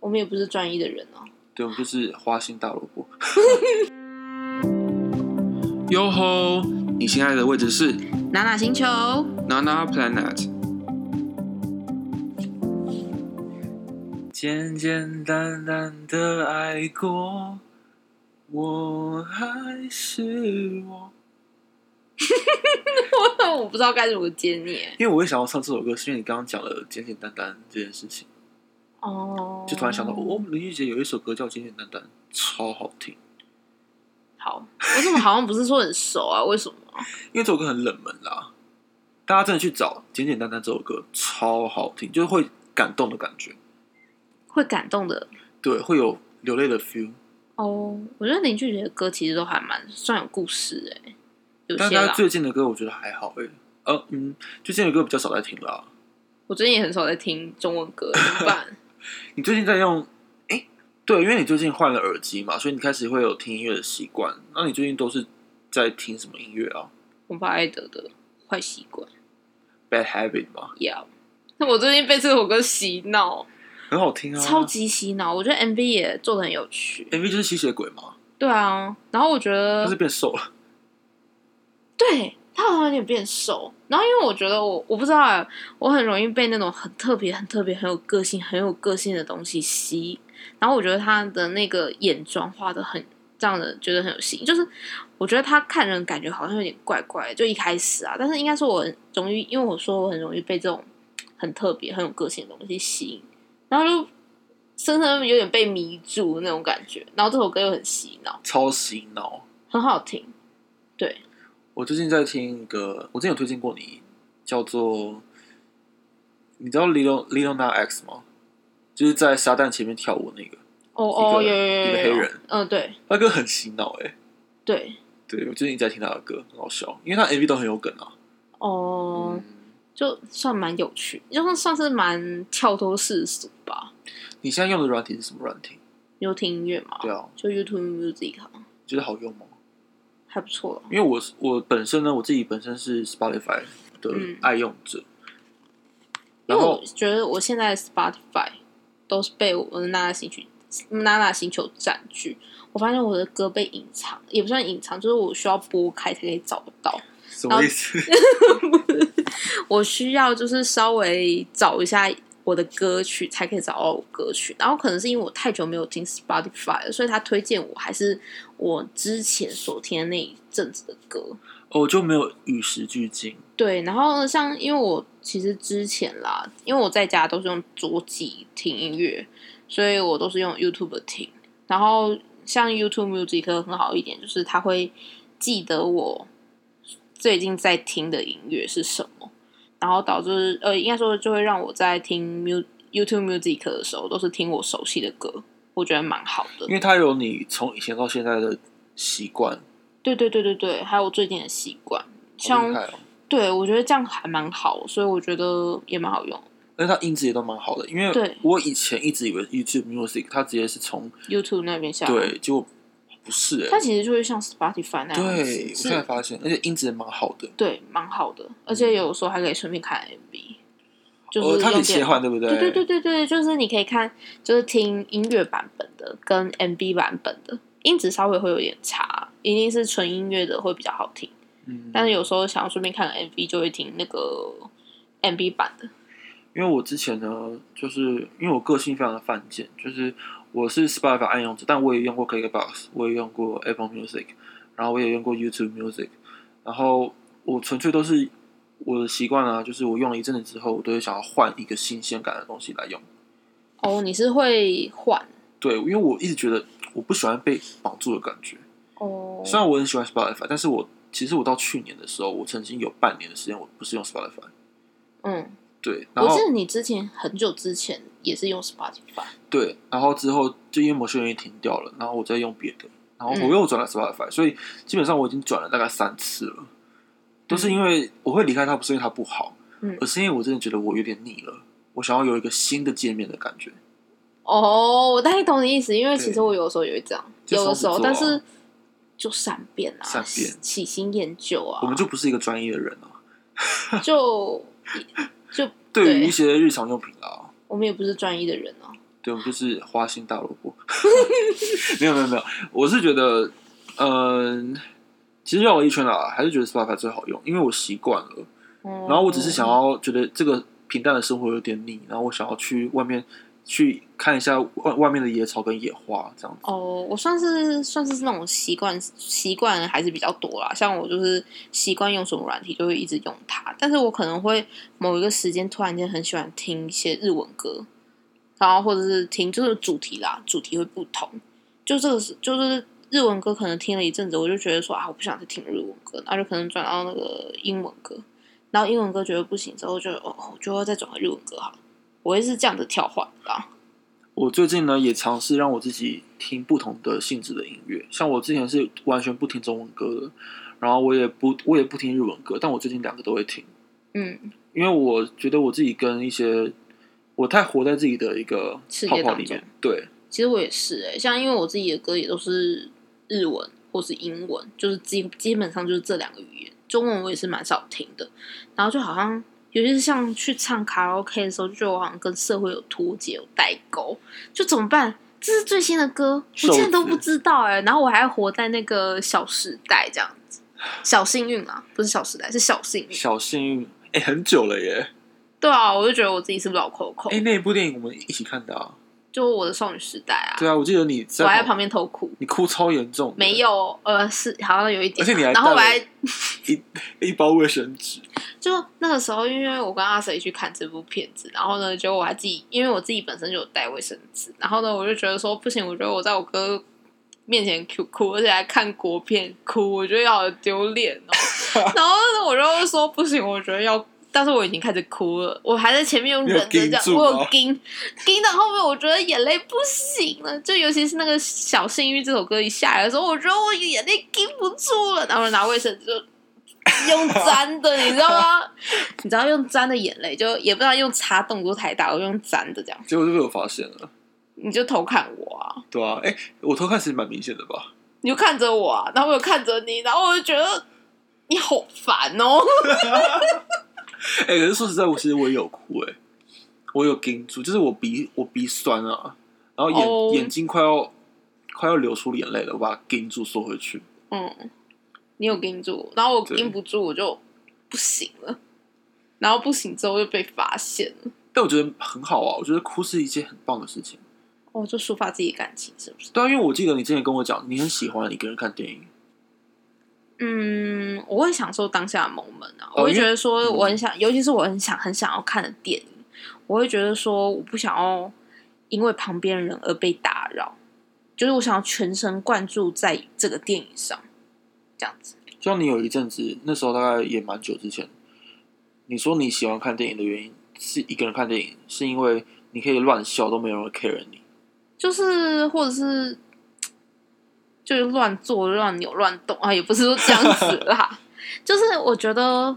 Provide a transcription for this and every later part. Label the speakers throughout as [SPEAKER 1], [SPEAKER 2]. [SPEAKER 1] 我们也不是专一的人哦。
[SPEAKER 2] 对，我们就是花心大萝 卜。哟吼，你心爱的位置是
[SPEAKER 1] 哪哪星球？
[SPEAKER 2] Nana Planet。简简单单的爱过，我还是 我。
[SPEAKER 1] 我不知道该怎么接你耶。
[SPEAKER 2] 因为我会想要唱这首歌，是因为你刚刚讲了简简单单这件事情，
[SPEAKER 1] 哦，
[SPEAKER 2] 就突然想到，哦，林俊杰有一首歌叫《简简单单》，超好听。
[SPEAKER 1] 好，我怎么好像不是说很熟啊？ 为什么啊？
[SPEAKER 2] 因为这首歌很冷门啦，大家真的去找《简简单单》这首歌，超好听，就是会感动的感觉，
[SPEAKER 1] 会感动的
[SPEAKER 2] 对，会有流泪的 feel。
[SPEAKER 1] 哦。我觉得林俊杰的歌其实都还蛮算有故事哎，有
[SPEAKER 2] 但
[SPEAKER 1] 些
[SPEAKER 2] 他
[SPEAKER 1] 啦。
[SPEAKER 2] 最近的歌我觉得还好诶、呃嗯，最近的歌比较少在听啦。
[SPEAKER 1] 我最近也很少在听中文歌， 怎么办？
[SPEAKER 2] 你最近在用？哎、对，因为你最近换了耳机嘛，所以你开始会有听音乐的习惯。那你最近都是在听什么音乐啊
[SPEAKER 1] 我把爱德的坏习惯
[SPEAKER 2] ？Bad Habit 嘛，
[SPEAKER 1] 要。那我最近被这首歌洗脑，
[SPEAKER 2] 很好听啊，
[SPEAKER 1] 超级洗脑。我觉得 MV 也做的很有趣，
[SPEAKER 2] MV 就是吸血鬼嘛，
[SPEAKER 1] 对啊。然后我觉
[SPEAKER 2] 他
[SPEAKER 1] 得
[SPEAKER 2] 是变瘦了，
[SPEAKER 1] 对他好像有点变瘦。然后因为我觉得我我不知道啊，我很容易被那种很特别、很特别、很有个性、很有个性的东西吸。然后我觉得他的那个眼妆画的很让人觉得很有吸引，就是我觉得他看人感觉好像有点怪怪的，就一开始啊。但是应该说我很容易，因为我说我很容易被这种很特别、很有个性的东西吸引，然后就。深深有点被迷住那种感觉，然后这首歌又很洗脑，
[SPEAKER 2] 超洗脑。
[SPEAKER 1] 很好听。
[SPEAKER 2] 我最近在听一个，我之前有推荐过你，叫做你知道 Lil Lil Nas X 吗？就是在沙滩前面跳舞那个，
[SPEAKER 1] 哦
[SPEAKER 2] 一
[SPEAKER 1] 哦，
[SPEAKER 2] 个
[SPEAKER 1] 有有有有
[SPEAKER 2] 一个黑
[SPEAKER 1] 有
[SPEAKER 2] 人
[SPEAKER 1] 嗯，对
[SPEAKER 2] 他歌很洗脑哎、
[SPEAKER 1] 对，
[SPEAKER 2] 对我最近一直在听他的歌，很好笑，因为他 MV 都很有梗啊。
[SPEAKER 1] 哦，
[SPEAKER 2] 嗯
[SPEAKER 1] 就算蛮有趣，就是算是蛮跳脱世俗吧。
[SPEAKER 2] 你现在用的软体是什么软体？
[SPEAKER 1] 你有听音乐吗？
[SPEAKER 2] 对啊，
[SPEAKER 1] 就 YouTube Music 好像
[SPEAKER 2] 你觉得好用吗？
[SPEAKER 1] 还不错啊啦。
[SPEAKER 2] 因为我是我本身呢，我自己本身是 Spotify 的
[SPEAKER 1] 嗯
[SPEAKER 2] 爱用者，
[SPEAKER 1] 因
[SPEAKER 2] 然
[SPEAKER 1] 为
[SPEAKER 2] 后
[SPEAKER 1] 我觉得我现在的 Spotify 都是被我的娜娜星球娜娜星球占据。我发现我的歌被隐藏，也不算隐藏，就是我需要拨开才可以找得到。
[SPEAKER 2] 什么意思？
[SPEAKER 1] 哦我需要就是稍微找一下我的歌曲，才可以找到我歌曲。然后可能是因为我太久没有听 Spotify 了，所以他推荐我还是我之前所听的那一阵子的歌。
[SPEAKER 2] 哦我就没有与时俱进，
[SPEAKER 1] 对，然后像因为我其实之前啦，因为我在家都是用桌机听音乐，所以我都是用 YouTube 听。然后像 YouTube Music 很好一点，就是它会记得我最近在听的音乐是什么，然后导致呃，应该说就会让我在听 mu YouTube Music 的时候都是听我熟悉的歌，我觉得蛮好的
[SPEAKER 2] 因。为它有你从以前到现在的习惯，
[SPEAKER 1] 对对对对对，还有我最近的习惯，
[SPEAKER 2] 好
[SPEAKER 1] 像
[SPEAKER 2] 厉害哦。
[SPEAKER 1] 对我觉得这样还蛮好，所以我觉得也蛮好用。
[SPEAKER 2] 而且它音质也都蛮好的，因为
[SPEAKER 1] 对
[SPEAKER 2] 我以前一直以为 YouTube Music 它直接是从
[SPEAKER 1] YouTube 那边下，，
[SPEAKER 2] 对，结果不是哎、
[SPEAKER 1] 它其实就会像 Spotify 那样
[SPEAKER 2] 对，
[SPEAKER 1] 子，
[SPEAKER 2] 我现在
[SPEAKER 1] 是，
[SPEAKER 2] 发现，而且音质也蛮好的，
[SPEAKER 1] 对，蛮好的，而且有时候还可以顺便看 MV，就是
[SPEAKER 2] 嗯哦，它可以
[SPEAKER 1] 用
[SPEAKER 2] 切
[SPEAKER 1] 点，
[SPEAKER 2] 换，对不对？
[SPEAKER 1] 对对对对对，就是你可以看，就是听音乐版本的跟 MV 版本的音质稍微会有点差，一定是纯音乐的会比较好听，
[SPEAKER 2] 嗯
[SPEAKER 1] 但是有时候想要顺便看个 MV 就会听那个 MV 版的，
[SPEAKER 2] 因为我之前呢，就是因为我个性非常的犯贱，就是我是 Spotify 爱用者，但我也用过 KKBox，我也用过 Apple Music，然后我也用过 YouTube Music，然后我纯粹都是我的习惯啊，就是我用了一阵子之后，我都会想要换一个新鲜感的东西来用。
[SPEAKER 1] 哦，你是会换
[SPEAKER 2] 对，因为我一直觉得我不喜欢被绑住的感觉。
[SPEAKER 1] 哦，
[SPEAKER 2] 虽然我很喜欢 Spotify，但是我其实我到去年的时候，我曾经有半年的时间我不是用 Spotify。
[SPEAKER 1] 嗯，
[SPEAKER 2] 对，然
[SPEAKER 1] 我
[SPEAKER 2] 后
[SPEAKER 1] 记得你之前很久之前也是用 Spotify。
[SPEAKER 2] 对，然后之后就因为某些原因停掉了，然后我再用别的，然后
[SPEAKER 1] 嗯
[SPEAKER 2] 我又转了 Spotify，、所以基本上我已经转了大概三次了，都是因为我会离开它，不是因为它不好，
[SPEAKER 1] 嗯
[SPEAKER 2] 而是因为我真的觉得我有点腻了，我想要有一个新的界面的感觉。
[SPEAKER 1] 哦，我大概懂你意思，因为
[SPEAKER 2] 对
[SPEAKER 1] 其实我有的时候也会这样，
[SPEAKER 2] 就
[SPEAKER 1] 有的时候，
[SPEAKER 2] 双子座啊
[SPEAKER 1] 但是就善变啊，
[SPEAKER 2] 善变
[SPEAKER 1] 喜新厌旧啊，
[SPEAKER 2] 我们就不是一个专业的人啊，
[SPEAKER 1] 就就
[SPEAKER 2] 对于
[SPEAKER 1] 对
[SPEAKER 2] 一些日常用品啊，
[SPEAKER 1] 我们也不是专一的人啊，
[SPEAKER 2] 对，我们就是花心大萝卜。 没有没有没有，我是觉得，嗯、其实绕了一圈啦，还是觉得 Spotify 最好用，因为我习惯了。
[SPEAKER 1] 然
[SPEAKER 2] 然后我只是想，要觉得这个平淡的生活有点腻，然后我想要去外面去看一下外外面的野草跟野花这样子。
[SPEAKER 1] 哦，我算是算是那种习惯习惯还是比较多啦。像我就是习惯用什么软体，就会一直用它。但是我可能会某一个时间突然间很喜欢听一些日文歌，然后或者是听就是主题啦，主题会不同。就这个是就是日文歌，可能听了一阵子，我就觉得说啊，我不想再听日文歌，然后就可能转到那个英文歌，然后英文歌觉得不行之后就，哦，我就要再转回日文歌好了。我也是这样子跳换的啊。
[SPEAKER 2] 我最近呢也尝试让我自己听不同的性质的音乐，像我之前是完全不听中文歌的，然后我也不我也不听日文歌，但我最近两个都会听，
[SPEAKER 1] 嗯，
[SPEAKER 2] 因为我觉得我自己跟一些我太活在自己的一个
[SPEAKER 1] 世界
[SPEAKER 2] 泡泡
[SPEAKER 1] 当
[SPEAKER 2] 里
[SPEAKER 1] 中
[SPEAKER 2] 面，对，
[SPEAKER 1] 其实我也是哎、像因为我自己的歌也都是日文或是英文，就是基基本上就是这两个语言。中文我也是蛮少听的，然后就好像，尤其是像去唱卡拉 OK 的时候，就觉得我好像跟社会有脱节、有代沟，就怎么办？这是最新的歌，我
[SPEAKER 2] 瘦
[SPEAKER 1] 竟然都
[SPEAKER 2] 子
[SPEAKER 1] 不知道哎、然后我还活在那个小时代这样子，小幸运啊，不是小时代，是小幸运。
[SPEAKER 2] 小幸运，哎、很久了耶，
[SPEAKER 1] 对啊，我就觉得我自己是不是老扣扣
[SPEAKER 2] 哎、，那一部电影我们一起看的啊，
[SPEAKER 1] 就我的少女时代啊，
[SPEAKER 2] 对啊，我记得你在
[SPEAKER 1] 我还在旁边偷哭。
[SPEAKER 2] 你哭超严重的，
[SPEAKER 1] 没有，呃，是好像有一点啊，
[SPEAKER 2] 而且你还
[SPEAKER 1] 然后我
[SPEAKER 2] 带了
[SPEAKER 1] 还
[SPEAKER 2] 一包卫生纸，
[SPEAKER 1] 就那个时候，因为我跟阿水去看这部片子，然后呢，就我还自己，因为我自己本身就有带卫生纸，然后呢，我就觉得说不行，我觉得我在我哥面前哭哭，而且还看国片哭，我觉得好丢脸哦。 然后呢，我就说不行，我觉得要，但是我已经开始哭了，我还在前面用忍着这样，
[SPEAKER 2] 你有盯住吗
[SPEAKER 1] 我有盯盯到后面，我觉得眼泪不行了，就尤其是那个《小幸运》这首歌一下来的时候，我觉得我眼泪盯不住了，然后拿卫生纸就。用粘的，你知道 吗？你知道用粘的眼泪，就也不知道用擦动作太大，我用粘的这样，
[SPEAKER 2] 结果就被我发现了。
[SPEAKER 1] 你就偷看我啊，
[SPEAKER 2] 对啊，哎、我偷看其实蛮明显的吧？
[SPEAKER 1] 你就看着我啊，然后我就看着你，然后我就觉得你好烦哦。
[SPEAKER 2] 哎、可是说实在，我其实我也有哭哎、我有盯住，就是我鼻我鼻酸啊，然后眼、
[SPEAKER 1] 哦
[SPEAKER 2] 眼睛快要快要流出眼泪了，我把它盯住缩回去。
[SPEAKER 1] 嗯，你有盯住我，然后我
[SPEAKER 2] 对
[SPEAKER 1] 盯不住，我就不行了，然后不行之后就被发现了，
[SPEAKER 2] 但我觉得很好啊，我觉得哭是一件很棒的事情。
[SPEAKER 1] 哦，就抒发自己的感情，是不是？
[SPEAKER 2] 对啊，因为我记得你之前跟我讲，你很喜欢一个人看电影，
[SPEAKER 1] 嗯，我会享受当下的 moment 啊，我
[SPEAKER 2] 哦
[SPEAKER 1] 会觉
[SPEAKER 2] 因
[SPEAKER 1] 得说我很想，尤其是我很想很想要看的电影，我会觉得说我不想要因为旁边人而被打扰，就是我想要全神贯注在这个电影上，这样子。
[SPEAKER 2] 就像你有一阵子，那时候大概也蛮久之前，你说你喜欢看电影的原因是一个人看电影，是因为你可以乱笑都没有人会 care 你。
[SPEAKER 1] 就是或者是就是乱做乱扭乱动啊，也不是说这样子啦，就是我觉得，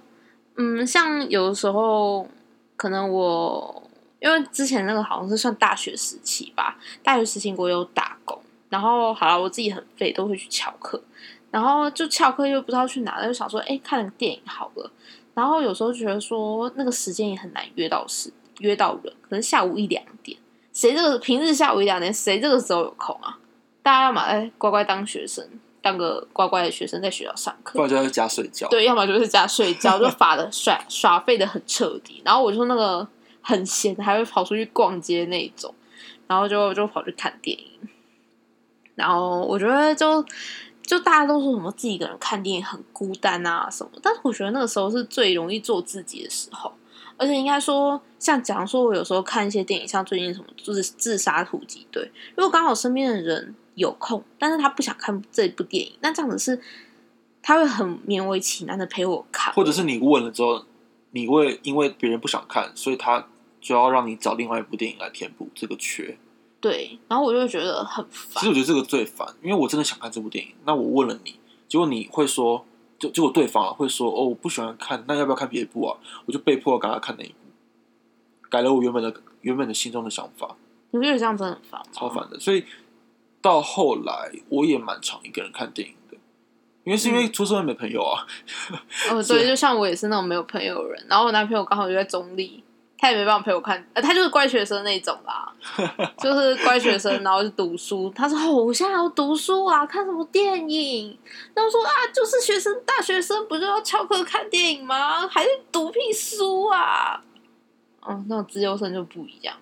[SPEAKER 1] 嗯，像有的时候可能我因为之前那个好像是算大学时期吧，大学时期我有打工，然后好了，我自己很废，都会去翘课，然后就翘课又不知道去哪，就想说，哎、看个电影好了。然后有时候觉得说那个时间也很难约到时约到人，可能下午一两点，谁这个平日下午一两点，谁这个时候有空啊？大家要么哎乖乖当学生，当个乖乖的学生在学校上课
[SPEAKER 2] 不，然就在家睡觉。
[SPEAKER 1] 对，要么就是家睡觉，就耍的耍耍废的很彻底。然后我就那个很闲，还会跑出去逛街那一种，然后就就跑去看电影。然后我觉得就就大家都说什么自己一个人看电影很孤单啊什么，但是我觉得那个时候是最容易做自己的时候。而且应该说，像假如说我有时候看一些电影，像最近什么就是《自杀突击队》，如果刚好身边的人有空，但是他不想看这部电影，那这样子是他会很勉为其难的陪我看，
[SPEAKER 2] 或者是你问了之后，你会因为别人不想看，所以他就要让你找另外一部电影来填补这个缺。
[SPEAKER 1] 对，然后我就会觉得很烦
[SPEAKER 2] 其实。我觉得这个最烦，因为我真的想看这部电影，那我问了你，结果你会说，就结果对方啊会说，哦，我不喜欢看，那要不要看别部啊？我就被迫赶快看那一部，改了我原本的原本的心中的想法，
[SPEAKER 1] 你不觉得这样真的很烦吗？
[SPEAKER 2] 超烦的。所以到后来，我也蛮常一个人看电影的，因为是因
[SPEAKER 1] 嗯
[SPEAKER 2] 为出社会没朋友啊。
[SPEAKER 1] 哦，对，就像我也是那种没有朋友的人，然后我男朋友刚好就在中立，他也没办法陪我看，呃，他就是乖学生那一种啦，就是乖学生，然后就读书。他说：“哦，我现在要读书啊，看什么电影？”那我说：“啊，就是学生，大学生不就要翘课看电影吗？还是读屁书啊？”嗯，那种自由生就不一样。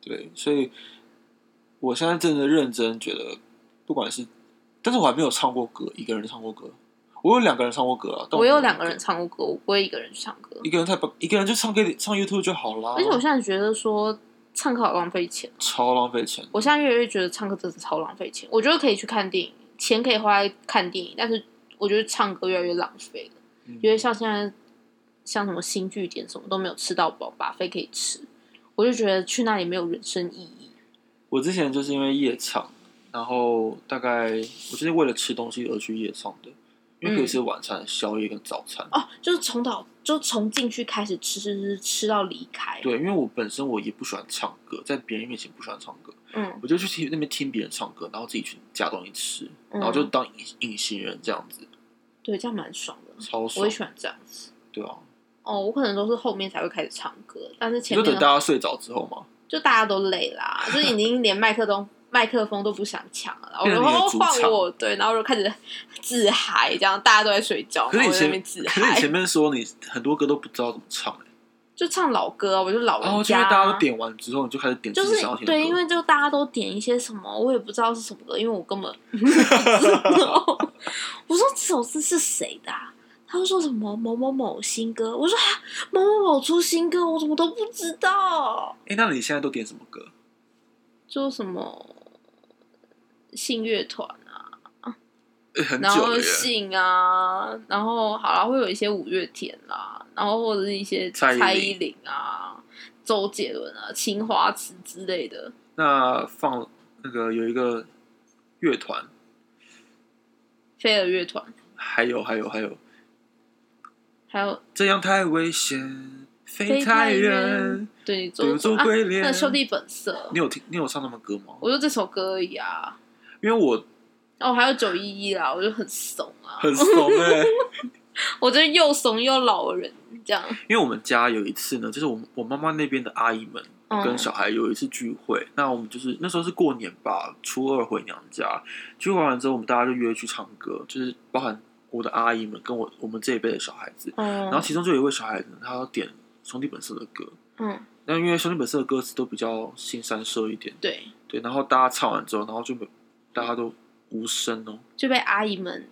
[SPEAKER 2] 对，所以我现在真的认真觉得，不管是，但是我还没有唱过歌，一个人唱过歌，我有两个人唱过歌啊，但
[SPEAKER 1] 我
[SPEAKER 2] 没
[SPEAKER 1] 有两个人，唱过歌，我不会一个人去唱歌。
[SPEAKER 2] 一个人太不一个人就唱 K 唱 YouTube 就好啦，
[SPEAKER 1] 而且我现在觉得说唱歌好浪费钱，
[SPEAKER 2] 超浪费钱，
[SPEAKER 1] 我现在越来越觉得唱歌真的超浪费钱。我觉得可以去看电影，钱可以花在看电影，但是我觉得唱歌越来越浪费了，
[SPEAKER 2] 嗯
[SPEAKER 1] 因为像现在像什么新据点什么都没有吃到饱，把费可以吃，我就觉得去那里没有人生意义。
[SPEAKER 2] 我之前就是因为夜唱，然后大概我就是为了吃东西而去夜唱的，因为可以吃晚餐、宵夜跟早餐。
[SPEAKER 1] 哦，就是从早就从进去开始吃吃吃吃到离开，
[SPEAKER 2] 对，因为我本身我也不喜欢唱歌，在别人面前不喜欢唱歌，
[SPEAKER 1] 嗯
[SPEAKER 2] 我就去听那边听别人唱歌，然后自己去加东西吃，
[SPEAKER 1] 嗯
[SPEAKER 2] 然后就当隐隐形人这样子，
[SPEAKER 1] 对，这样蛮爽的，
[SPEAKER 2] 超
[SPEAKER 1] 我
[SPEAKER 2] 爽
[SPEAKER 1] 也。喜欢这样子。
[SPEAKER 2] 对啊，
[SPEAKER 1] 哦，我可能都是后面才会开始唱歌，但是
[SPEAKER 2] 你
[SPEAKER 1] 前
[SPEAKER 2] 就
[SPEAKER 1] 面的
[SPEAKER 2] 等大家睡着之后嘛，
[SPEAKER 1] 就大家都累啦，就是已经连麦克风麦克风都不想抢了，然后
[SPEAKER 2] 变成你的
[SPEAKER 1] 然后
[SPEAKER 2] 主
[SPEAKER 1] 换
[SPEAKER 2] 场
[SPEAKER 1] 我对，然后就开始自嗨，这样大家都在睡觉，
[SPEAKER 2] 可
[SPEAKER 1] 然
[SPEAKER 2] 是
[SPEAKER 1] 后
[SPEAKER 2] 你
[SPEAKER 1] 我在那边
[SPEAKER 2] 前
[SPEAKER 1] 自
[SPEAKER 2] 可是你
[SPEAKER 1] 嗨
[SPEAKER 2] 前，面说你很多歌都不知道怎么唱、欸，
[SPEAKER 1] 就唱老歌啊，我就老
[SPEAKER 2] 然
[SPEAKER 1] 人
[SPEAKER 2] 后哦就
[SPEAKER 1] 家
[SPEAKER 2] 因为
[SPEAKER 1] 啊、
[SPEAKER 2] 大家都点完之后，你就开始点
[SPEAKER 1] 就
[SPEAKER 2] 自己
[SPEAKER 1] 是
[SPEAKER 2] 想要听的歌。
[SPEAKER 1] 对，因为就大家都点一些什么，我也不知道是什么歌，因为我 根本我说这首是是谁的、啊？他就说什么某某某新歌，我说啊某某某出新歌，我怎么都不知道，
[SPEAKER 2] 哎、那你现在都点什么歌？
[SPEAKER 1] 就什么信乐团啊。
[SPEAKER 2] 欸、很
[SPEAKER 1] 然
[SPEAKER 2] 久
[SPEAKER 1] 后
[SPEAKER 2] 了耶，
[SPEAKER 1] 信啊，然后好啦，会有一些五月天啦，然后或者是一些
[SPEAKER 2] 蔡依林
[SPEAKER 1] 蔡依林啊、周杰伦啊、青花瓷之类的。
[SPEAKER 2] 那放那个有一个乐团，
[SPEAKER 1] 飞儿乐团，
[SPEAKER 2] 还有还有还有，
[SPEAKER 1] 还有
[SPEAKER 2] 这样太危险，飞
[SPEAKER 1] 飞
[SPEAKER 2] 太
[SPEAKER 1] 太
[SPEAKER 2] 远
[SPEAKER 1] 远，，对你
[SPEAKER 2] 留
[SPEAKER 1] 做
[SPEAKER 2] 住
[SPEAKER 1] 啊，
[SPEAKER 2] 鬼脸。
[SPEAKER 1] 那兄弟本色
[SPEAKER 2] 你，有听你有唱他们歌吗？
[SPEAKER 1] 我就这首歌而已啊。
[SPEAKER 2] 因为我
[SPEAKER 1] 哦，还有九一一啦，我就很怂啊，
[SPEAKER 2] 很怂哎、
[SPEAKER 1] 我就又怂又老人这样。
[SPEAKER 2] 因为我们家有一次呢，就是我们我妈妈那边的阿姨们
[SPEAKER 1] 嗯
[SPEAKER 2] 跟小孩有一次聚会，那我们就是那时候是过年吧，初二回娘家，聚会完之后我们大家就约去唱歌，就是包含我的阿姨们跟我我们这一辈的小孩子，
[SPEAKER 1] 嗯，
[SPEAKER 2] 然后其中就有一位小孩子，他要点兄弟本色的歌，
[SPEAKER 1] 嗯，
[SPEAKER 2] 那因为兄弟本色的歌词都比较新三色一点，
[SPEAKER 1] 对，
[SPEAKER 2] 对，然后大家唱完之后，然后就没大家都无声哦，
[SPEAKER 1] 就被阿姨们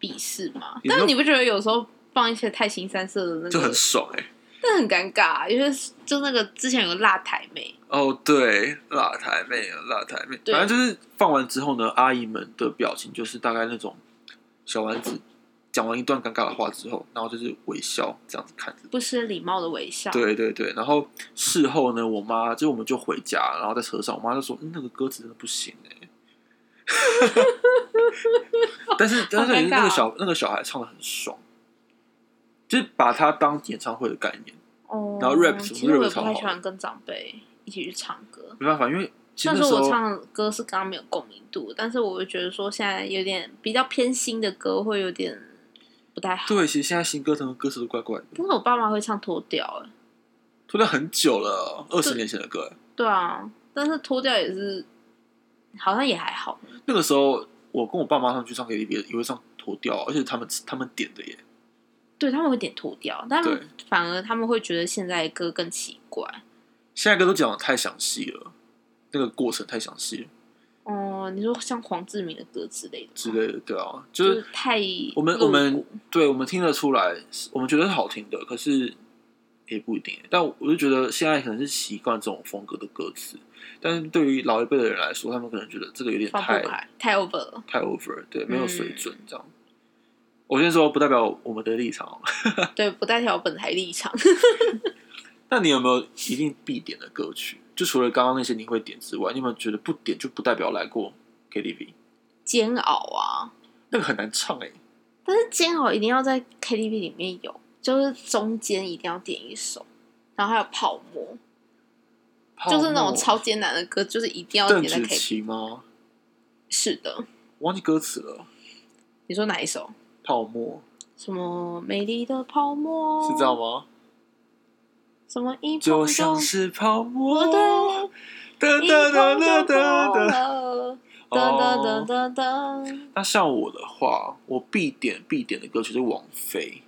[SPEAKER 1] 鄙视嘛。
[SPEAKER 2] 有没有
[SPEAKER 1] 但你不觉得有时候放一些太新三色的那个
[SPEAKER 2] 就很爽哎、
[SPEAKER 1] 那很尴尬、啊因为就那个之前有个辣台妹，
[SPEAKER 2] 哦，对，辣台妹啊，辣台妹，
[SPEAKER 1] 对
[SPEAKER 2] 反正就是放完之后呢，阿姨们的表情就是大概那种小丸子讲完一段尴尬的话之后，然后就是微笑这样子看着。
[SPEAKER 1] 不失礼貌的微笑。，
[SPEAKER 2] 对对对，然后事后呢，我妈就我们就回家，然后在车上，我妈就说、嗯那个歌词真的不行哎、 但是但
[SPEAKER 1] 好
[SPEAKER 2] 是
[SPEAKER 1] 尴尬哦
[SPEAKER 2] 那个小那个小孩唱的很爽，就是把它当演唱会的概念，
[SPEAKER 1] 哦
[SPEAKER 2] 然后 rap 什么
[SPEAKER 1] 其实我
[SPEAKER 2] rap
[SPEAKER 1] 也
[SPEAKER 2] 超
[SPEAKER 1] 不
[SPEAKER 2] 好
[SPEAKER 1] 太喜欢跟长辈一起去唱歌。
[SPEAKER 2] 没办法，因为其
[SPEAKER 1] 虽然
[SPEAKER 2] 实那时
[SPEAKER 1] 说
[SPEAKER 2] 候
[SPEAKER 1] 我唱的歌是刚刚没有共鸣度，但是我会觉得说现在有点比较偏心的歌会有点不太好。
[SPEAKER 2] 对，其实现在新歌的歌词都怪怪的，
[SPEAKER 1] 但是我爸妈会唱脱掉、欸，
[SPEAKER 2] 脱掉很久了，二十年前的歌。
[SPEAKER 1] 对啊，但是脱掉也是好像也还好，
[SPEAKER 2] 那个时候我跟我爸妈他们去唱 KTV 也会唱脱掉，啊而且他们他们点的耶，
[SPEAKER 1] 对他们会点脱掉，但
[SPEAKER 2] 对
[SPEAKER 1] 反而他们会觉得现在的歌更奇怪。
[SPEAKER 2] 现在歌都讲的太详细了，那个过程太详细了
[SPEAKER 1] 哦、你说像黄志明的歌之类的吗
[SPEAKER 2] 之类的，对啊，就
[SPEAKER 1] 就是是太
[SPEAKER 2] 我们
[SPEAKER 1] 露骨
[SPEAKER 2] 我们对我们听得出来，我们觉得是好听的，可是也不一定。但我就觉得现在可能是习惯这种风格的歌词，但是对于老一辈的人来说，他们可能觉得这个有点
[SPEAKER 1] 放
[SPEAKER 2] 太
[SPEAKER 1] 不开，嗯太 over 了。
[SPEAKER 2] 太 over，了对，没有水准这样。我先说，不代表我们的立场哦。
[SPEAKER 1] 对，不代表本台立场。
[SPEAKER 2] 那你有没有一定必点的歌曲？就除了刚刚那些你会点之外，你有没有觉得不点就不代表来过 KTV？
[SPEAKER 1] 煎熬啊，
[SPEAKER 2] 那个很难唱哎、
[SPEAKER 1] 但是煎熬一定要在 KTV 里面有，就是中间一定要点一首，然后还有泡沫，就是那种
[SPEAKER 2] 超
[SPEAKER 1] 超艰难的歌，就是一定要
[SPEAKER 2] 邓
[SPEAKER 1] 点在
[SPEAKER 2] 紫
[SPEAKER 1] KTV。
[SPEAKER 2] 棋吗？
[SPEAKER 1] 是的，
[SPEAKER 2] 我忘记歌词了，
[SPEAKER 1] 你说哪一首？
[SPEAKER 2] 泡沫
[SPEAKER 1] 哦什么美丽的泡沫？
[SPEAKER 2] 是这样？吗？
[SPEAKER 1] 什么一
[SPEAKER 2] 就
[SPEAKER 1] 碰
[SPEAKER 2] 像是泡沫，
[SPEAKER 1] 哦
[SPEAKER 2] 哦
[SPEAKER 1] 对
[SPEAKER 2] 哒哒
[SPEAKER 1] 一碰就
[SPEAKER 2] 哒哒
[SPEAKER 1] 破
[SPEAKER 2] 哒哒。
[SPEAKER 1] 了，哒哒哒
[SPEAKER 2] 哦
[SPEAKER 1] 哒哒。
[SPEAKER 2] 那像我的话，我必点必点的歌曲是王菲。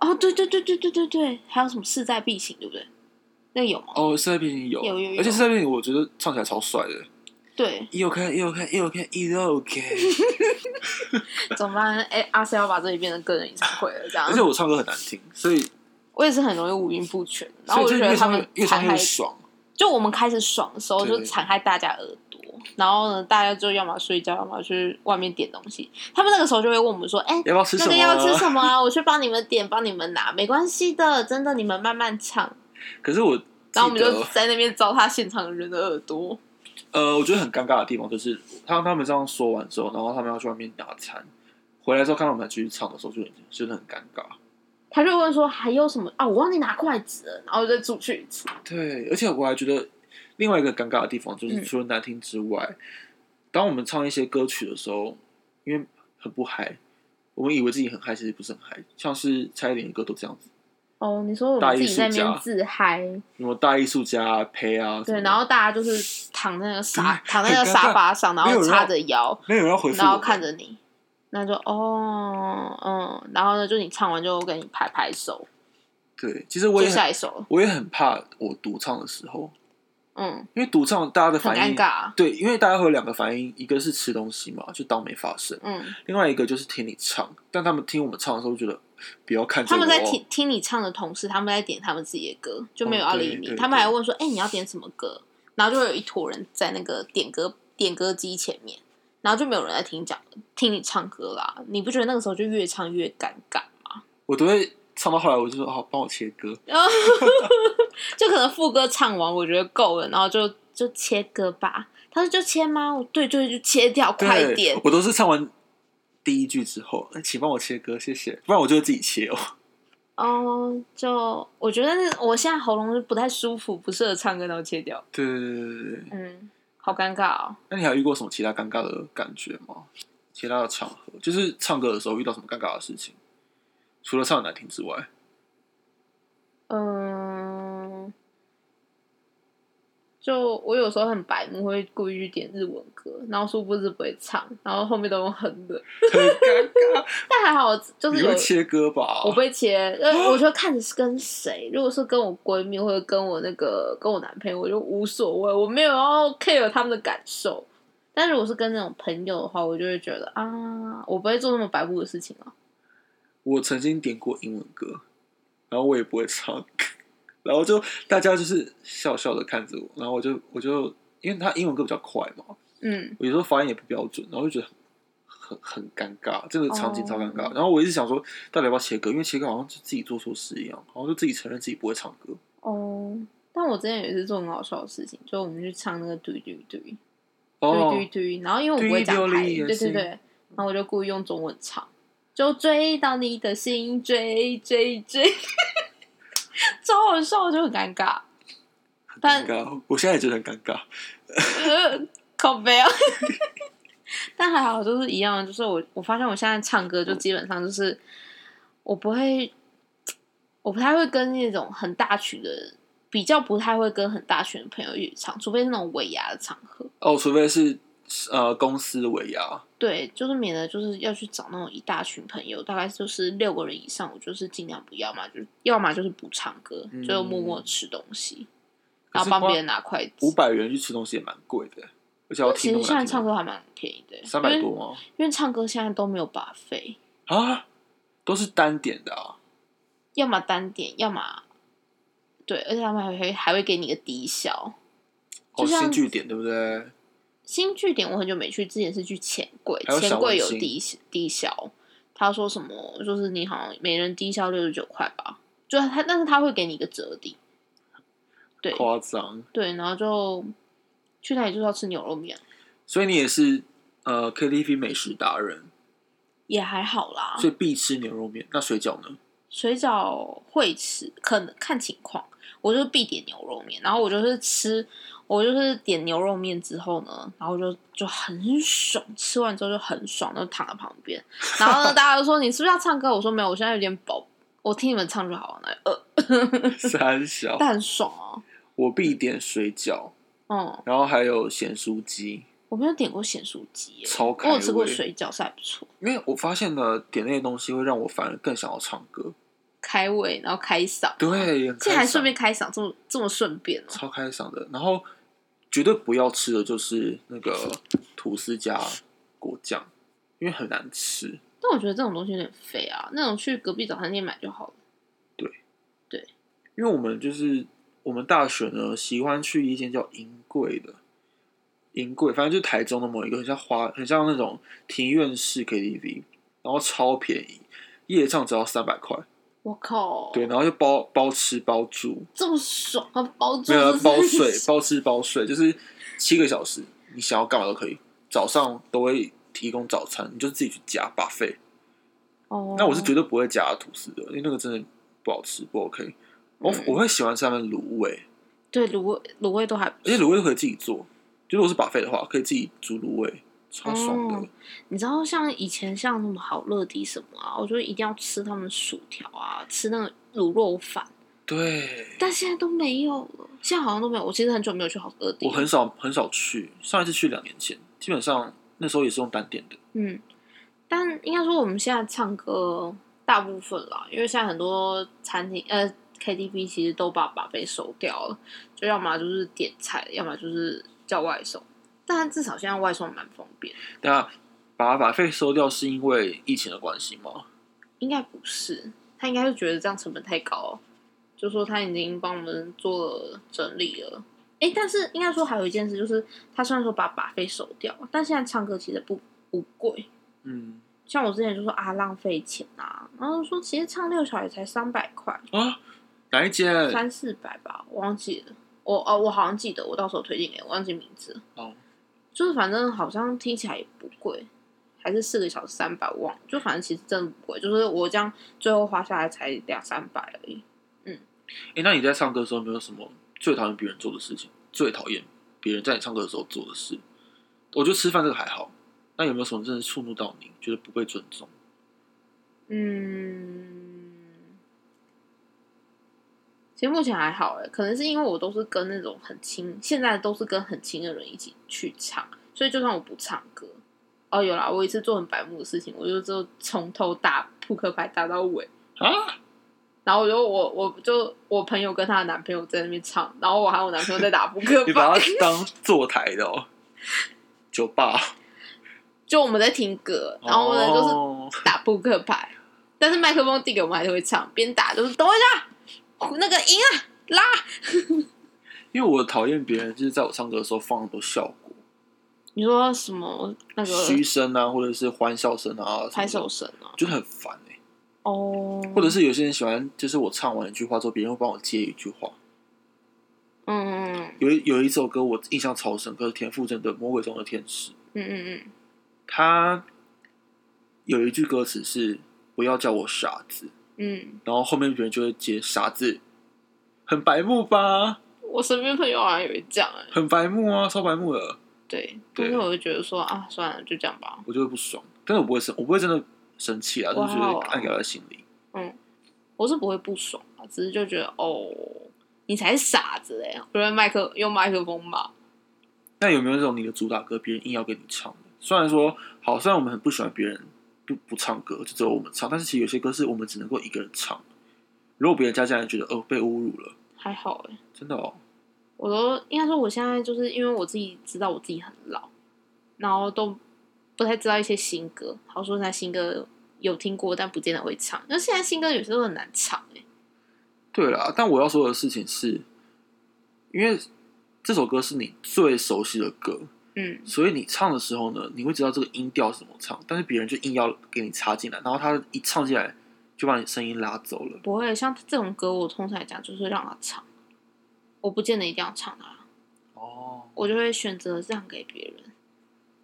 [SPEAKER 1] 哦，对对对对对对对，还有什么势在必行，对不对？那有吗？
[SPEAKER 2] 哦，世代背景有，
[SPEAKER 1] 有有有
[SPEAKER 2] 而且世代背景我觉得唱起来超帅的。
[SPEAKER 1] 对，
[SPEAKER 2] 一 OK 一 OK 一 OK 一 OK，
[SPEAKER 1] 怎么办？哎、阿 C 要把这里变成个人演唱会了，这样
[SPEAKER 2] 而。且我唱歌很难听，所以
[SPEAKER 1] 我也是很容易五音不全，然
[SPEAKER 2] 所
[SPEAKER 1] 后
[SPEAKER 2] 以
[SPEAKER 1] 我
[SPEAKER 2] 就
[SPEAKER 1] 就觉
[SPEAKER 2] 越
[SPEAKER 1] 得他
[SPEAKER 2] 唱
[SPEAKER 1] 们
[SPEAKER 2] 越越
[SPEAKER 1] 残
[SPEAKER 2] 唱
[SPEAKER 1] 害
[SPEAKER 2] 越，爽。
[SPEAKER 1] 就我们开始爽的时候，
[SPEAKER 2] 对
[SPEAKER 1] 就残害大家耳朵，然后呢，大家就要么睡觉，要么去外面点东西。他们那个时候就会问我们说：“哎、
[SPEAKER 2] 要不要吃
[SPEAKER 1] 那
[SPEAKER 2] 什么？
[SPEAKER 1] 个要吃什么啊？我去帮你们点，帮你们拿，没关系的，真的，你们慢慢唱。”
[SPEAKER 2] 可是我记
[SPEAKER 1] 然后我们就
[SPEAKER 2] 得，哦
[SPEAKER 1] 在那边糟蹋现场人的耳朵。
[SPEAKER 2] 呃，我觉得很尴尬的地方就是，他他们这样说完之后，然后他们要去外面拿餐，回来之后看到我们还继续唱的时候，就很真的很尴尬。
[SPEAKER 1] 他就问说还有什么啊？我忘记拿筷子了，然后我就出去一次。
[SPEAKER 2] 对，而且我还觉得另外一个尴尬的地方就是，
[SPEAKER 1] 嗯
[SPEAKER 2] 除了难听之外，当我们唱一些歌曲的时候，因为很不嗨，我们以为自己很嗨，其实不是很嗨。像是蔡依林的歌都这样子，
[SPEAKER 1] 哦，你说我
[SPEAKER 2] 大
[SPEAKER 1] 们自
[SPEAKER 2] 艺
[SPEAKER 1] 己
[SPEAKER 2] 术
[SPEAKER 1] 在那
[SPEAKER 2] 家
[SPEAKER 1] 边自嗨，
[SPEAKER 2] 什么大艺术家啊、呸啊什么的，
[SPEAKER 1] 对，然后大家就是躺在那个沙
[SPEAKER 2] 对
[SPEAKER 1] 躺在那个沙发上，然
[SPEAKER 2] 很尴尬
[SPEAKER 1] 后叉着腰，
[SPEAKER 2] 没有人要回复
[SPEAKER 1] 然后
[SPEAKER 2] 我
[SPEAKER 1] 看
[SPEAKER 2] 们，
[SPEAKER 1] 着你，那就哦嗯，然后呢，就你唱完就给你拍拍手，
[SPEAKER 2] 对，其实我
[SPEAKER 1] 就
[SPEAKER 2] 也
[SPEAKER 1] 下
[SPEAKER 2] 很
[SPEAKER 1] 一首了，
[SPEAKER 2] 我也很怕我独唱的时候，
[SPEAKER 1] 嗯，
[SPEAKER 2] 因为独唱大家的
[SPEAKER 1] 很
[SPEAKER 2] 反
[SPEAKER 1] 尴
[SPEAKER 2] 应。
[SPEAKER 1] 尬，啊
[SPEAKER 2] 对，因为大家会有两个反应，一个是吃东西嘛，就当没发生；
[SPEAKER 1] 嗯，
[SPEAKER 2] 另外一个就是听你唱。但他们听我们唱的时候，就觉得不要看 着
[SPEAKER 1] 他们在
[SPEAKER 2] 我哦
[SPEAKER 1] 听听你唱的同时，他们在点他们自己的歌，就没有
[SPEAKER 2] 哦
[SPEAKER 1] 要
[SPEAKER 2] 对
[SPEAKER 1] 理你，
[SPEAKER 2] 对
[SPEAKER 1] 他们
[SPEAKER 2] 对
[SPEAKER 1] 还问说，哎，你要点什么歌？然后就会有一坨人在那个点歌点歌机前面，然后就没有人在听讲听你唱歌啦，你不觉得那个时候就越唱越尴尬？
[SPEAKER 2] 我都会唱到后来，我就说好，帮我切歌。
[SPEAKER 1] 就可能副歌唱完，我觉得够了，然后就就切歌吧。他说就切吗？我对对，就切掉，
[SPEAKER 2] 对
[SPEAKER 1] 快点。
[SPEAKER 2] 我都是唱完第一句之后，哎请帮我切歌，谢谢，不然我就会自己切哦。
[SPEAKER 1] 哦，就我觉得那我现在喉咙不太舒服，不适合唱歌，然后切掉。
[SPEAKER 2] 对对对对对对。
[SPEAKER 1] 嗯，好尴尬哦。
[SPEAKER 2] 那你还有遇过什么其他尴尬的感觉吗？其他的场合，就是唱歌的时候遇到什么尴尬的事情？除了唱得难听之外，
[SPEAKER 1] 嗯，就我有时候很白目，会故意去点日文歌，然后殊不知不会唱，然后后面都用哼的。
[SPEAKER 2] 很尴尬。
[SPEAKER 1] 但还好，就是
[SPEAKER 2] 你
[SPEAKER 1] 有
[SPEAKER 2] 会切歌吧？
[SPEAKER 1] 我被切，因为我觉得看你是跟谁。如果是跟我闺蜜或者跟我那个跟我男朋友，我就无所谓，我没有要 care 他们的感受。但如果是跟那种朋友的话，我就会觉得啊，我不会做那么白目的事情啊。
[SPEAKER 2] 我曾经点过英文歌，然后我也不会唱，然后就大家就是笑笑的看着我，然后我就我就因为他英文歌比较快嘛，
[SPEAKER 1] 嗯，
[SPEAKER 2] 我有时候发音也不标准，然后就觉得很很很尴尬，这个场景超尴尬。
[SPEAKER 1] 哦
[SPEAKER 2] 然后我一直想说，到底要不要切歌？因为切歌好像就自己做错事一样，好像就自己承认自己不会唱歌。
[SPEAKER 1] 哦，但我之前有一次做很好笑的事情，就我们去唱那个对对对
[SPEAKER 2] 哦，
[SPEAKER 1] 对对对，然后因为我不会讲
[SPEAKER 2] 对对
[SPEAKER 1] 台
[SPEAKER 2] 对
[SPEAKER 1] 语，
[SPEAKER 2] 也
[SPEAKER 1] 对
[SPEAKER 2] 是
[SPEAKER 1] 对对，然后我就故意用中文唱，就追到你的心，追追追， 超好笑，就很尴尬。
[SPEAKER 2] 很尴
[SPEAKER 1] 但
[SPEAKER 2] 尬。我现在也觉得很尴尬。
[SPEAKER 1] 呃，口碑 啊。但还好，就是一样，就是我我发现我现在唱歌就基本上就是我不会，我不太会跟那种很大群的，比较不太会跟很大群的朋友一起唱，除非是那种尾牙的场合。
[SPEAKER 2] 哦，除非是呃公司的尾牙，
[SPEAKER 1] 对，就是免得就是要去找那种一大群朋友，大概就是六个人以上，我就是尽量不要嘛，就要么就是不唱歌，
[SPEAKER 2] 嗯
[SPEAKER 1] 就默默吃东西，
[SPEAKER 2] 可
[SPEAKER 1] 然
[SPEAKER 2] 是
[SPEAKER 1] 后
[SPEAKER 2] 花
[SPEAKER 1] 帮别人拿筷
[SPEAKER 2] 五
[SPEAKER 1] 子。
[SPEAKER 2] 百元去吃东西也蛮贵的，而且要
[SPEAKER 1] 但
[SPEAKER 2] 听
[SPEAKER 1] 其
[SPEAKER 2] 那
[SPEAKER 1] 实
[SPEAKER 2] 么
[SPEAKER 1] 现在
[SPEAKER 2] 难
[SPEAKER 1] 唱
[SPEAKER 2] 听。啊
[SPEAKER 1] 歌还蛮便宜的，
[SPEAKER 2] 三
[SPEAKER 1] 因
[SPEAKER 2] 百
[SPEAKER 1] 为
[SPEAKER 2] 多吗？
[SPEAKER 1] 因为唱歌现在都没有把费，
[SPEAKER 2] 啊，都是单点的啊。
[SPEAKER 1] 要么单点，要么对，而且他们还会还会给你个低消。
[SPEAKER 2] 哦，
[SPEAKER 1] 就像
[SPEAKER 2] 新据点对不对？
[SPEAKER 1] 新据点我很久没去，之前是去钱柜
[SPEAKER 2] 还有，小
[SPEAKER 1] 钱柜有
[SPEAKER 2] 文心
[SPEAKER 1] 低低消，他说什么就是你好像每人低消六十九块吧，就他但是他会给你一个折抵，对
[SPEAKER 2] 夸张。
[SPEAKER 1] 对，然后就去那里就是要吃牛肉面，
[SPEAKER 2] 所以你也是呃 KTV 美食达人，
[SPEAKER 1] 也还好啦。
[SPEAKER 2] 所以必吃牛肉面。那水饺 呢？
[SPEAKER 1] 水饺会吃，可能看情况。我就必点牛肉面，然后我就是吃，我就是点牛肉面之后呢，然后就就很爽，吃 完之后就很爽，就躺在旁边。然后呢，大家就说你是不是要唱歌？我说没有，我现在有点饱，我听你们唱就好了，
[SPEAKER 2] 哦
[SPEAKER 1] 呃，
[SPEAKER 2] 三小，
[SPEAKER 1] 但很爽哦、
[SPEAKER 2] 我必点水饺，
[SPEAKER 1] 嗯，
[SPEAKER 2] 然后还有咸酥鸡，
[SPEAKER 1] 我没有点过咸酥鸡耶，
[SPEAKER 2] 超开
[SPEAKER 1] 我
[SPEAKER 2] 胃。
[SPEAKER 1] 有吃过水饺，是还不错，
[SPEAKER 2] 因为我发现了点那些东西会让我反而更想要唱歌，
[SPEAKER 1] 开胃然后开嗓，
[SPEAKER 2] 对，很
[SPEAKER 1] 这
[SPEAKER 2] 开
[SPEAKER 1] 啊还
[SPEAKER 2] 嗓
[SPEAKER 1] 顺便开嗓，这么这么顺便哦、
[SPEAKER 2] 超开嗓的。然后绝对不要吃的就是那个吐司加果酱，因为很难吃。
[SPEAKER 1] 但我觉得这种东西有点废啊，那种去隔壁早餐店买就好了。
[SPEAKER 2] 因为我们就是我们大学呢，喜欢去一间叫银柜的，银柜，反正就是台中的某一个很像花，很像那种庭院式 KTV，然后超便宜，夜唱只要三百块，
[SPEAKER 1] 我靠，
[SPEAKER 2] 对，然后就包包吃包住，
[SPEAKER 1] 这么爽啊！包住
[SPEAKER 2] 没有
[SPEAKER 1] 是
[SPEAKER 2] 包睡，包吃包睡，就是七个小时，你想要干嘛都可以，早上都会提供早餐，你就自己去夹 buffet。
[SPEAKER 1] 哦，
[SPEAKER 2] 那我是绝对不会夹吐司的，因为那个真的不好吃，不 OK。我
[SPEAKER 1] 嗯
[SPEAKER 2] 我会喜欢上面卤味，
[SPEAKER 1] 对卤味卤味都还不
[SPEAKER 2] 而且卤味都可以自己做，就如果是把费的话，可以自己煮卤味，超爽的。
[SPEAKER 1] 哦你知道像以前像什么好乐迪什么啊，我就一定要吃他们薯条啊，吃那个卤肉饭，
[SPEAKER 2] 对，
[SPEAKER 1] 但现在都没有了，现在好像都没有。我其实很久没有去好乐迪
[SPEAKER 2] 我
[SPEAKER 1] 了，
[SPEAKER 2] 很少很少去，上一次去两年前，基本上那时候也是用单点的。
[SPEAKER 1] 嗯，但应该说我们现在唱歌大部分啦，因为现在很多餐厅呃 KTV 其实都把把费收掉了，就要么就是点菜，要么就是叫外送。但至少现在外送蛮方便，
[SPEAKER 2] 那把把费收掉是因为疫情的关系吗？
[SPEAKER 1] 应该不是他应该是觉得这样成本太高了，就说他已经帮我们做了整理了。哎、但是应该说还有一件事，就是他虽然说把把费收掉，但现在唱歌其实不不贵，
[SPEAKER 2] 嗯
[SPEAKER 1] 像我之前就说啊浪费钱啊，然后说其实唱六小也才三百块，
[SPEAKER 2] 啊，哪一间？
[SPEAKER 1] 三四百吧，我忘记了。我哦，我好像记得，我到时候推荐给你，我忘记名字了。
[SPEAKER 2] 哦，
[SPEAKER 1] 就是反正好像听起来也不贵，还是四个小时三百，忘了。就反正其实真的不贵，就是我这样最后花下来才两三百而已。
[SPEAKER 2] 哎、那你在唱歌的时候有没有什么最讨厌别人做的事情？最讨厌别人在你唱歌的时候做的事？我觉得吃饭这个还好，那有没有什么真的触怒到你，觉得不被尊重？
[SPEAKER 1] 嗯，其实目前还好哎，可能是因为我都是跟那种很亲，现在都是跟很亲的人一起去唱，所以就算我不唱歌，哦有啦，我有一次做很白目的事情，我就就从头打扑克牌打到尾，
[SPEAKER 2] 啊，
[SPEAKER 1] 然后我就我我就我朋友跟她的男朋友在那边唱，然后我还有我男朋友在打扑克
[SPEAKER 2] 你
[SPEAKER 1] 牌，
[SPEAKER 2] 把它当坐台的哦，酒吧。
[SPEAKER 1] 就我们在听歌， 然后呢就是
[SPEAKER 2] 哦
[SPEAKER 1] 打扑克牌，但是麦克风递给我们还是会唱，边打就是等我一下，那个赢啊拉，
[SPEAKER 2] 因为我讨厌别人就是在我唱歌的时候放很多效果，
[SPEAKER 1] 你说什么那
[SPEAKER 2] 嘘
[SPEAKER 1] 个
[SPEAKER 2] 声啊，或者是欢笑声啊，
[SPEAKER 1] 拍手
[SPEAKER 2] 什么
[SPEAKER 1] 声啊
[SPEAKER 2] 的，？就是很烦哎、
[SPEAKER 1] 哦，
[SPEAKER 2] 或者是有些人喜欢，就是我唱完一句话之后，别人会帮我接一句话。
[SPEAKER 1] 嗯嗯
[SPEAKER 2] 有一有一首歌我印象超深刻，是田馥甄的《魔鬼中的天使》，
[SPEAKER 1] 嗯嗯嗯，
[SPEAKER 2] 他有一句歌词是“不要叫我傻子
[SPEAKER 1] 嗯，”，
[SPEAKER 2] 然后后面别人就会接“傻子”，很白目吧？
[SPEAKER 1] 我身边朋友好像也会这样哎、
[SPEAKER 2] 很白目啊，超白目的。
[SPEAKER 1] 对，
[SPEAKER 2] 对
[SPEAKER 1] 但是我就觉得说啊，算了，就这样吧，
[SPEAKER 2] 我就会不爽，但是我不会生，我不会真的生气啊，但是就
[SPEAKER 1] 哇
[SPEAKER 2] 是
[SPEAKER 1] 哦
[SPEAKER 2] 暗压在心里。
[SPEAKER 1] 嗯，我是不会不爽啊，只是就觉得哦，你才是傻子哎、我觉得麦克用麦克风骂，
[SPEAKER 2] 那有没有那种你的主打歌别人硬要给你唱的？虽然说好，虽然我们很不喜欢别人不不唱歌，就只有我们唱，但是其实有些歌是我们只能够一个人唱。如果别人加进来觉得哦被侮辱了，
[SPEAKER 1] 还好哎、
[SPEAKER 2] 真的哦，
[SPEAKER 1] 我都应该说，我现在就是因为我自己知道我自己很老，然后都不太知道一些新歌。好说，那新歌有听过，但不见得会唱。那现在新歌有时候很难唱哎、
[SPEAKER 2] 对啦。但我要说的事情是，因为这首歌是你最熟悉的歌，
[SPEAKER 1] 嗯，
[SPEAKER 2] 所以你唱的时候呢，你会知道这个音调是怎么唱，但是别人就硬要给你插进来，然后他一唱进来就把你声音拉走了。
[SPEAKER 1] 不会像这种歌，我通常来讲就是让他唱，我不见得一定要唱他，
[SPEAKER 2] 哦，
[SPEAKER 1] 我就会选择让给别人。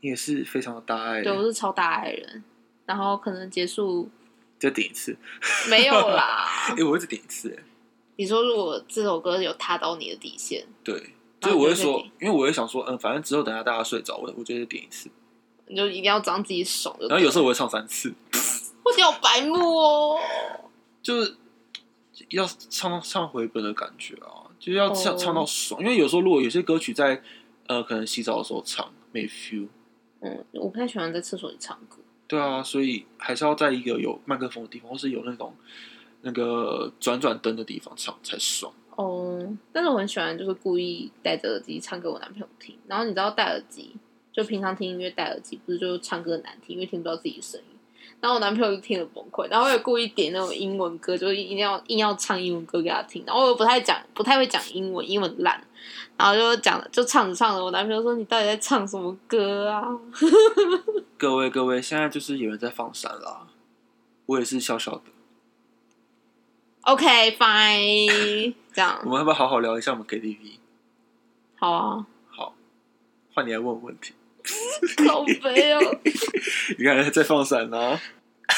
[SPEAKER 2] 你也是非常的大爱，
[SPEAKER 1] 对我是超大爱人，然后可能结束
[SPEAKER 2] 再点一次，
[SPEAKER 1] 没有啦
[SPEAKER 2] 哎、。我一直点一次，哎，
[SPEAKER 1] 你说如果这首歌有踏到你的底线，
[SPEAKER 2] 对，
[SPEAKER 1] 然后
[SPEAKER 2] 就是我
[SPEAKER 1] 啊你就再
[SPEAKER 2] 会说
[SPEAKER 1] 点，
[SPEAKER 2] 因为我会想说，嗯，反正之后等下大家睡着，我我就点一次，
[SPEAKER 1] 你就一定要张自己手就对了。
[SPEAKER 2] 然后有时候我会唱三次，
[SPEAKER 1] 我屌白目哦。
[SPEAKER 2] 就是要唱到唱回本的感觉啊，就是要唱、
[SPEAKER 1] 哦
[SPEAKER 2] 唱到爽。因为有时候如果有些歌曲在呃可能洗澡的时候唱没 feel，
[SPEAKER 1] 嗯，我不太喜欢在厕所里唱歌。
[SPEAKER 2] 对啊，所以还是要在一个有麦克风的地方，或是有那种那个转转灯的地方唱才爽。
[SPEAKER 1] 哦，但是我很喜欢，就是故意戴着耳机唱给我男朋友听。然后你知道戴耳机，就平常听音乐戴耳机，不是就唱歌难听，因为听不到自己的声音。然后我男朋友就听得崩溃，然后我也故意点那种英文歌，就是一定要硬要唱英文歌给他听。然后我又不太讲，不太会讲英文，英文烂，然后就讲就唱着唱着，我男朋友说：“你到底在唱什么歌啊
[SPEAKER 2] 各位各位，现在就是有人在放闪啦，我也是笑笑的。
[SPEAKER 1] ？”OK fine，这样
[SPEAKER 2] 我们要不要好好聊一下我们 KTV？
[SPEAKER 1] 好啊，
[SPEAKER 2] 好，换你来问我问题。
[SPEAKER 1] 口碑哦。
[SPEAKER 2] 你看人在放闪啦、啊，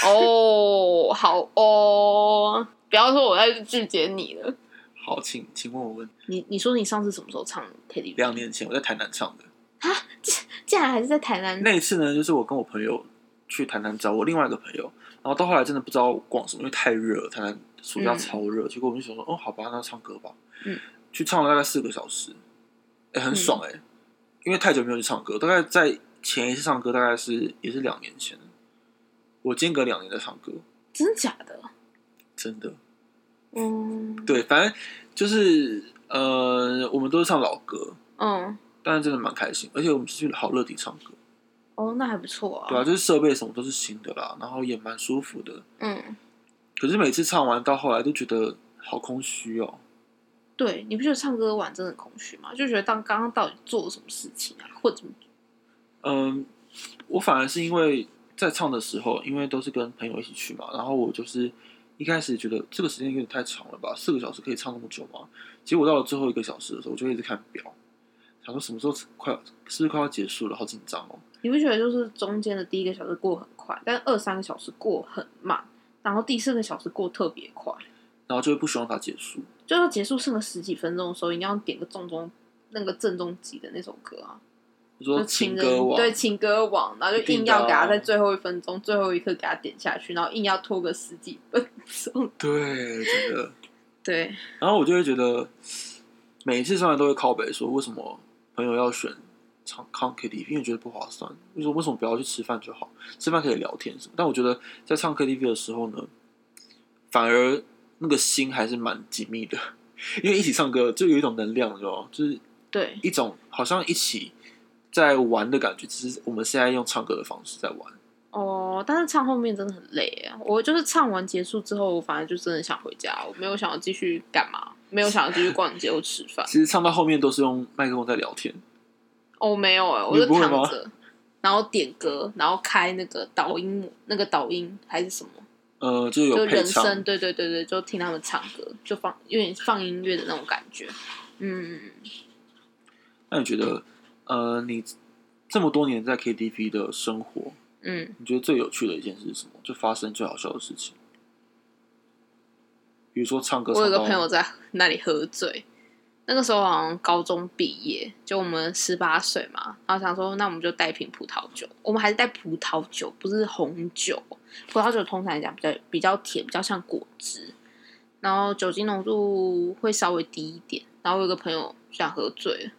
[SPEAKER 1] 哦，好哦，不要说我在拒绝你了。
[SPEAKER 2] 好，请请问我问题。
[SPEAKER 1] 你你说你上次什么时候唱 KTV？
[SPEAKER 2] 两年前我在台南唱的
[SPEAKER 1] 竟然还是在台南？
[SPEAKER 2] 那一次呢，就是我跟我朋友去台南找我另外一个朋友，然后到后来真的不知道逛什么，因为太热了，台南暑假
[SPEAKER 1] 嗯
[SPEAKER 2] 超热，结果我们就想说，哦，好吧，那唱歌吧。
[SPEAKER 1] 嗯，
[SPEAKER 2] 去唱了大概四个小时，哎、很爽哎、因为太久没有去唱歌，大概在前一次唱歌大概是也是两年前，我间隔两年在唱歌，
[SPEAKER 1] 真的假的？
[SPEAKER 2] 真的。
[SPEAKER 1] 嗯，，
[SPEAKER 2] 对，反正就是呃，我们都是唱老歌，
[SPEAKER 1] 嗯，
[SPEAKER 2] 但是真的蛮开心，而且我们是去好乐迪唱歌，
[SPEAKER 1] 哦，那还不错啊。
[SPEAKER 2] 对啊，就是设备什么都是新的啦，然后也蛮舒服的。
[SPEAKER 1] 嗯，
[SPEAKER 2] 可是每次唱完到后来都觉得好空虚哦，
[SPEAKER 1] 对，你不觉得唱歌玩真的很空虚吗？就觉得当刚刚到底做了什么事情啊，或者
[SPEAKER 2] 嗯，我反而是因为在唱的时候，因为都是跟朋友一起去嘛，然后我就是一开始觉得这个时间有点太长了吧，四个小时可以唱那么久吗？结果到了最后一个小时的时候，我就一直看表，想说什么时候快是不是快要结束了，好紧张哦。
[SPEAKER 1] 你不觉得就是中间的第一个小时过很快，但二三个小时过很慢，然后第四个小时过特别快，
[SPEAKER 2] 然后就会不希望它结束。
[SPEAKER 1] 就是结束剩个十几分钟的时候，一定要点个重中那个正中级的那首歌啊。
[SPEAKER 2] 你说
[SPEAKER 1] 就情
[SPEAKER 2] 情歌王，
[SPEAKER 1] 对情歌王，然后就硬要给
[SPEAKER 2] 一定的啊
[SPEAKER 1] 他在最后一分钟、最后一刻给他点下去，然后硬要拖个十几分钟。
[SPEAKER 2] 对，真的。
[SPEAKER 1] 对，
[SPEAKER 2] 然后我就会觉得，每一次上来都会靠北说，为什么朋友要选唱唱 KTV？因为觉得不划算。为什么为什么不要去吃饭就好？吃饭可以聊天什么？但我觉得在唱 KTV 的时候呢，反而那个心还是蛮紧密的， 因为一起唱歌就有一种能量，你知道吗？就是
[SPEAKER 1] 对，
[SPEAKER 2] 一种好像一起在玩的感觉。只是我们现在用唱歌的方式在玩。
[SPEAKER 1] 哦，但是唱后面真的很累啊！我就是唱完结束之后，我反而就真的想回家，我没有想要继续干嘛，没有想要继续逛街或吃饭。
[SPEAKER 2] 其实唱到后面都是用麦克风在聊天。
[SPEAKER 1] 哦，我没有哎、我
[SPEAKER 2] 你
[SPEAKER 1] 就
[SPEAKER 2] 不会
[SPEAKER 1] 躺
[SPEAKER 2] 吗
[SPEAKER 1] 着，然后点歌，然后开那个导音，那个导音还是什么，
[SPEAKER 2] 呃，就
[SPEAKER 1] 就
[SPEAKER 2] 有配
[SPEAKER 1] 人
[SPEAKER 2] 唱，
[SPEAKER 1] 声，对对对对，就听他们唱歌，就放有点放音乐的那种感觉。嗯，
[SPEAKER 2] 那你觉得，呃，你这么多年在 KTV 的生活，
[SPEAKER 1] 嗯。
[SPEAKER 2] 你觉得最有趣的一件事是什么？就发生最好笑的事情，比如说唱歌。
[SPEAKER 1] 我有个
[SPEAKER 2] 唱
[SPEAKER 1] 朋
[SPEAKER 2] 到
[SPEAKER 1] 友在那里喝醉，那个时候好像高中毕业，就我们十八岁嘛，然后想说那我们就带一瓶葡萄酒，我们还是带葡萄酒，不是红酒。葡萄酒通常来讲比较比较甜，比较像果汁，然后酒精浓度会稍微低一点。然后我有个朋友想喝醉了，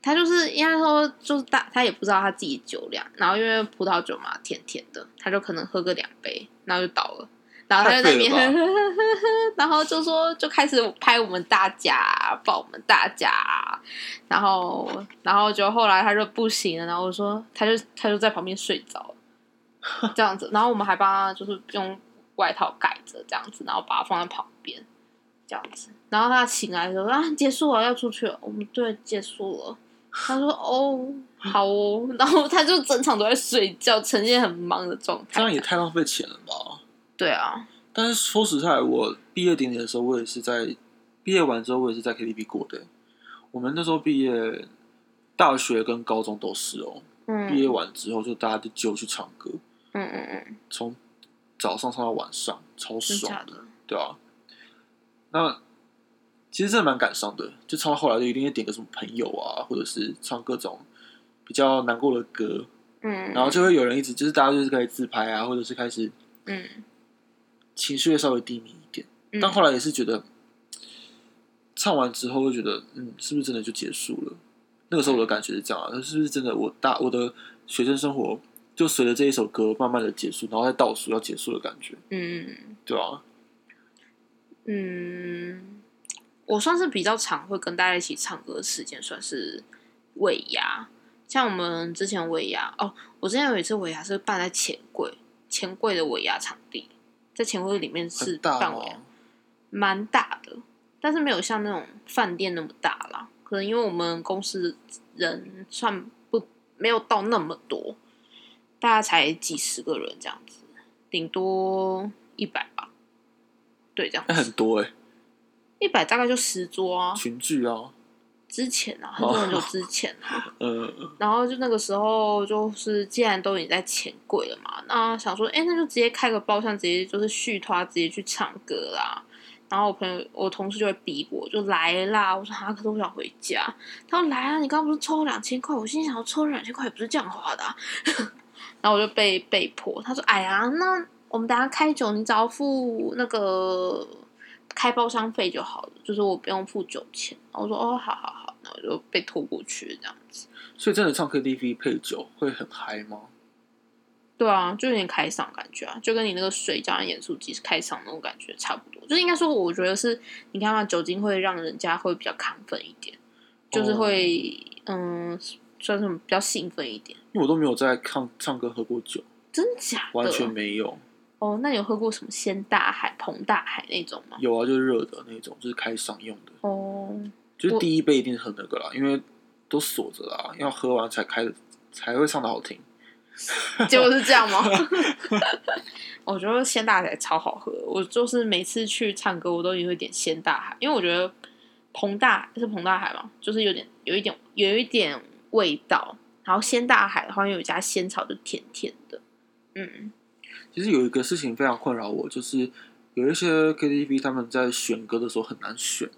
[SPEAKER 1] 他就是应该说就是大，他也不知道他自己酒量，然后因为葡萄酒嘛甜甜的，他就可能喝个两杯，然后就倒了。然后他就在那边
[SPEAKER 2] 太废
[SPEAKER 1] 呵呵呵呵呵， 然后就说就开始拍我们大家，抱我们大家，然后然后就后来他就不行了，然后我说他就他就在旁边睡着了，这样子，然后我们还帮他就是用外套盖着这样子，然后把它放在旁边这样子，然后他醒来的时候啊结束了要出去了，我们对结束了，他说哦好哦， 然后他就整场都在睡觉，呈现很忙的状态，
[SPEAKER 2] 这样也太浪费钱了吧？
[SPEAKER 1] 对啊，
[SPEAKER 2] 但是说实在，我毕业典礼的时候，我也是在毕业完之后，我也是在 KTV 过的。我们那时候毕业，大学跟高中都是哦。
[SPEAKER 1] 嗯
[SPEAKER 2] 毕业完之后，就大家就就去唱歌，
[SPEAKER 1] 嗯嗯嗯，
[SPEAKER 2] 从早上唱到晚上，超
[SPEAKER 1] 真
[SPEAKER 2] 爽
[SPEAKER 1] 假的。
[SPEAKER 2] 对啊，那其实真的蛮感伤的，就唱到后来就一定会点个什么朋友啊，或者是唱各种比较难过的歌，
[SPEAKER 1] 嗯，
[SPEAKER 2] 然后就会有人一直就是大家就是开始自拍啊，或者是开始
[SPEAKER 1] 嗯
[SPEAKER 2] 情绪会稍微低迷一点，
[SPEAKER 1] 嗯
[SPEAKER 2] 但后来也是觉得，唱完之后会觉得，嗯，是不是真的就结束了？那个时候我的感觉是这样啊，是不是真的我大我的学生生活就随着这一首歌慢慢的结束，然后再倒数要结束的感觉，
[SPEAKER 1] 嗯
[SPEAKER 2] 对啊，
[SPEAKER 1] 嗯，我算是比较常会跟大家一起唱歌的时间，算是尾牙。像我们之前尾牙哦，我之前有一次尾牙是办在钱柜，钱柜的尾牙场地，在钱柜里面是啊
[SPEAKER 2] 很大
[SPEAKER 1] 办尾牙
[SPEAKER 2] 哦，
[SPEAKER 1] 蛮大的，但是没有像那种饭店那么大啦。可能因为我们公司人算不没有到那么多，大概才几十个人这样子，顶多一百吧。对，这样
[SPEAKER 2] 那很
[SPEAKER 1] 子，
[SPEAKER 2] 多哎、
[SPEAKER 1] 一百大概就十桌啊。
[SPEAKER 2] 群聚啊，
[SPEAKER 1] 之前啊，很久很久之前啊，
[SPEAKER 2] 呃，
[SPEAKER 1] 然后就那个时候就是，既然都已经在钱柜了嘛，那想说，哎、那就直接开个包厢，直接就是续团，直接去唱歌啦。然后我朋友、我同事就会逼我，就来啦。我说啊，可是我想回家。他说来啊，你刚刚不是抽两千块？我心想，抽两千块也不是这样花的、啊。 然后我就被被迫，他说，哎呀，那我们等下开酒，你只要付那个开包厢费就好了，就是我不用付酒钱。然后我说哦，好好好，那我就被拖过去这样子。
[SPEAKER 2] 所以真的唱 KTV 配酒会很嗨吗？
[SPEAKER 1] 对啊，就有点开嗓感觉啊，就跟你那个水加上盐酥鸡开嗓那种感觉差不多。就是应该说，我觉得是你看嘛，酒精会让人家会比较亢奋一点，
[SPEAKER 2] 哦
[SPEAKER 1] 就是会、嗯，算是比较兴奋一点。
[SPEAKER 2] 因为我都没有在唱唱歌喝过酒，
[SPEAKER 1] 真假的？
[SPEAKER 2] 完全没有。
[SPEAKER 1] 哦，那你有喝过什么鲜大海、彭大海那种吗？
[SPEAKER 2] 有啊，就是热的那种，就是开嗓用的。
[SPEAKER 1] 哦，
[SPEAKER 2] 就是第一杯一定很那个啦，因为都锁着啦，要喝完才开的，才会唱的好听。
[SPEAKER 1] 结果是这样吗？我觉得鲜大海超好喝，我就是每次去唱歌，我都也会点鲜大海，因为我觉得彭大是彭大海嘛，就是有点有一点有一点味道。然后鲜大海的话，有加仙草，就甜甜的。嗯，
[SPEAKER 2] 其实有一个事情非常困扰我，就是有一些 KTV 他们在选歌的时候很难选，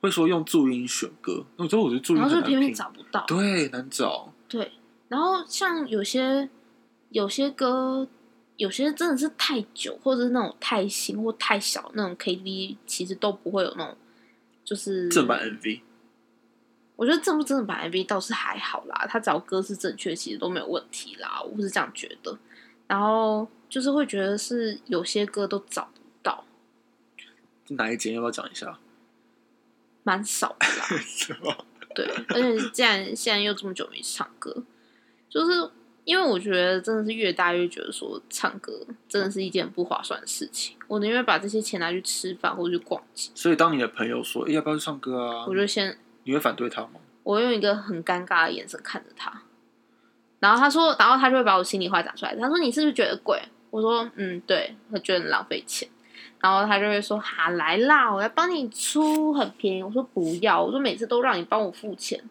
[SPEAKER 2] 会说用注音选歌，那我觉得我觉得注音
[SPEAKER 1] 然后
[SPEAKER 2] 很
[SPEAKER 1] 就
[SPEAKER 2] 难
[SPEAKER 1] 偏偏
[SPEAKER 2] 拼，
[SPEAKER 1] 找不到。
[SPEAKER 2] 对，难找。
[SPEAKER 1] 对，然后像有些有些歌，有些真的是太久，或者是那种太新或太小那种 KTV，其实都不会有那种就是
[SPEAKER 2] 正版 MV
[SPEAKER 1] 我觉得正不正版 MV 倒是还好啦，他只要歌是正确，其实都没有问题啦，我是这样觉得。然后就是会觉得是有些歌都找不到，
[SPEAKER 2] 哪一间要不要讲 一下？
[SPEAKER 1] 蛮少的啦。
[SPEAKER 2] 是吧？
[SPEAKER 1] 对，而且既然现在又这么久没唱歌，就是因为我觉得真的是越大越觉得说唱歌真的是一件不划算的事情，我宁愿把这些钱拿去吃饭或者去逛街，
[SPEAKER 2] 所以当你的朋友说、诶要不要去唱歌啊
[SPEAKER 1] 我，就先
[SPEAKER 2] 你会反对他吗？
[SPEAKER 1] 我用一个很尴尬的眼神看着他，然后他说，然后他就会把我心里话讲出来。他说：“你是不是觉得贵？”我说：“嗯，对，我觉得很浪费钱。”然后他就会说：“哈，来啦，我来帮你出，很便宜。”我说：“不要，我说每次都让你帮我付钱，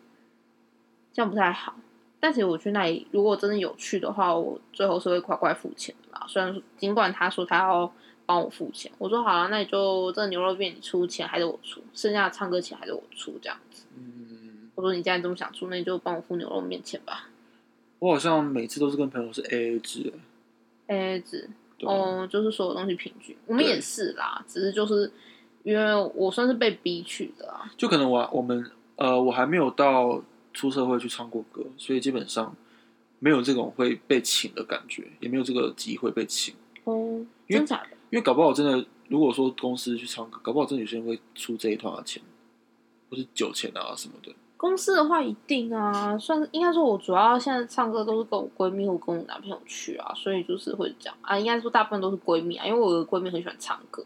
[SPEAKER 1] 这样不太好。”但其实我去那里，如果真的有去的话，我最后是会乖乖付钱的啦。虽然说尽管他说他要帮我付钱，我说好啊了，那你就这牛肉面你出钱还是我出，剩下的唱歌钱还是我出，这样子。
[SPEAKER 2] 嗯，
[SPEAKER 1] 我说你既然这么想出，那你就帮我付牛肉面钱吧。
[SPEAKER 2] 我好像每次都是跟朋友是 AA 制、诶
[SPEAKER 1] 哎，只
[SPEAKER 2] 对啊吧
[SPEAKER 1] 哦，就是所有东西平均，我们
[SPEAKER 2] 对
[SPEAKER 1] 也是啦，只是就是因为我算是被逼去的啊。
[SPEAKER 2] 就可能我我们呃，我还没有到出社会去唱过歌，所以基本上没有这种会被请的感觉，也没有这个机会被请。
[SPEAKER 1] 哦，
[SPEAKER 2] 因为
[SPEAKER 1] 真假的？
[SPEAKER 2] 因为搞不好真的，如果说公司去唱歌，搞不好真的有些人会出这一团的钱，或是酒钱啊什么的。
[SPEAKER 1] 公司的话一定啊，算是应该说，我主要现在唱歌都是跟我闺蜜或跟我男朋友去啊，所以就是会这样啊。应该说大部分都是闺蜜啊，因为我有个闺蜜很喜欢唱歌，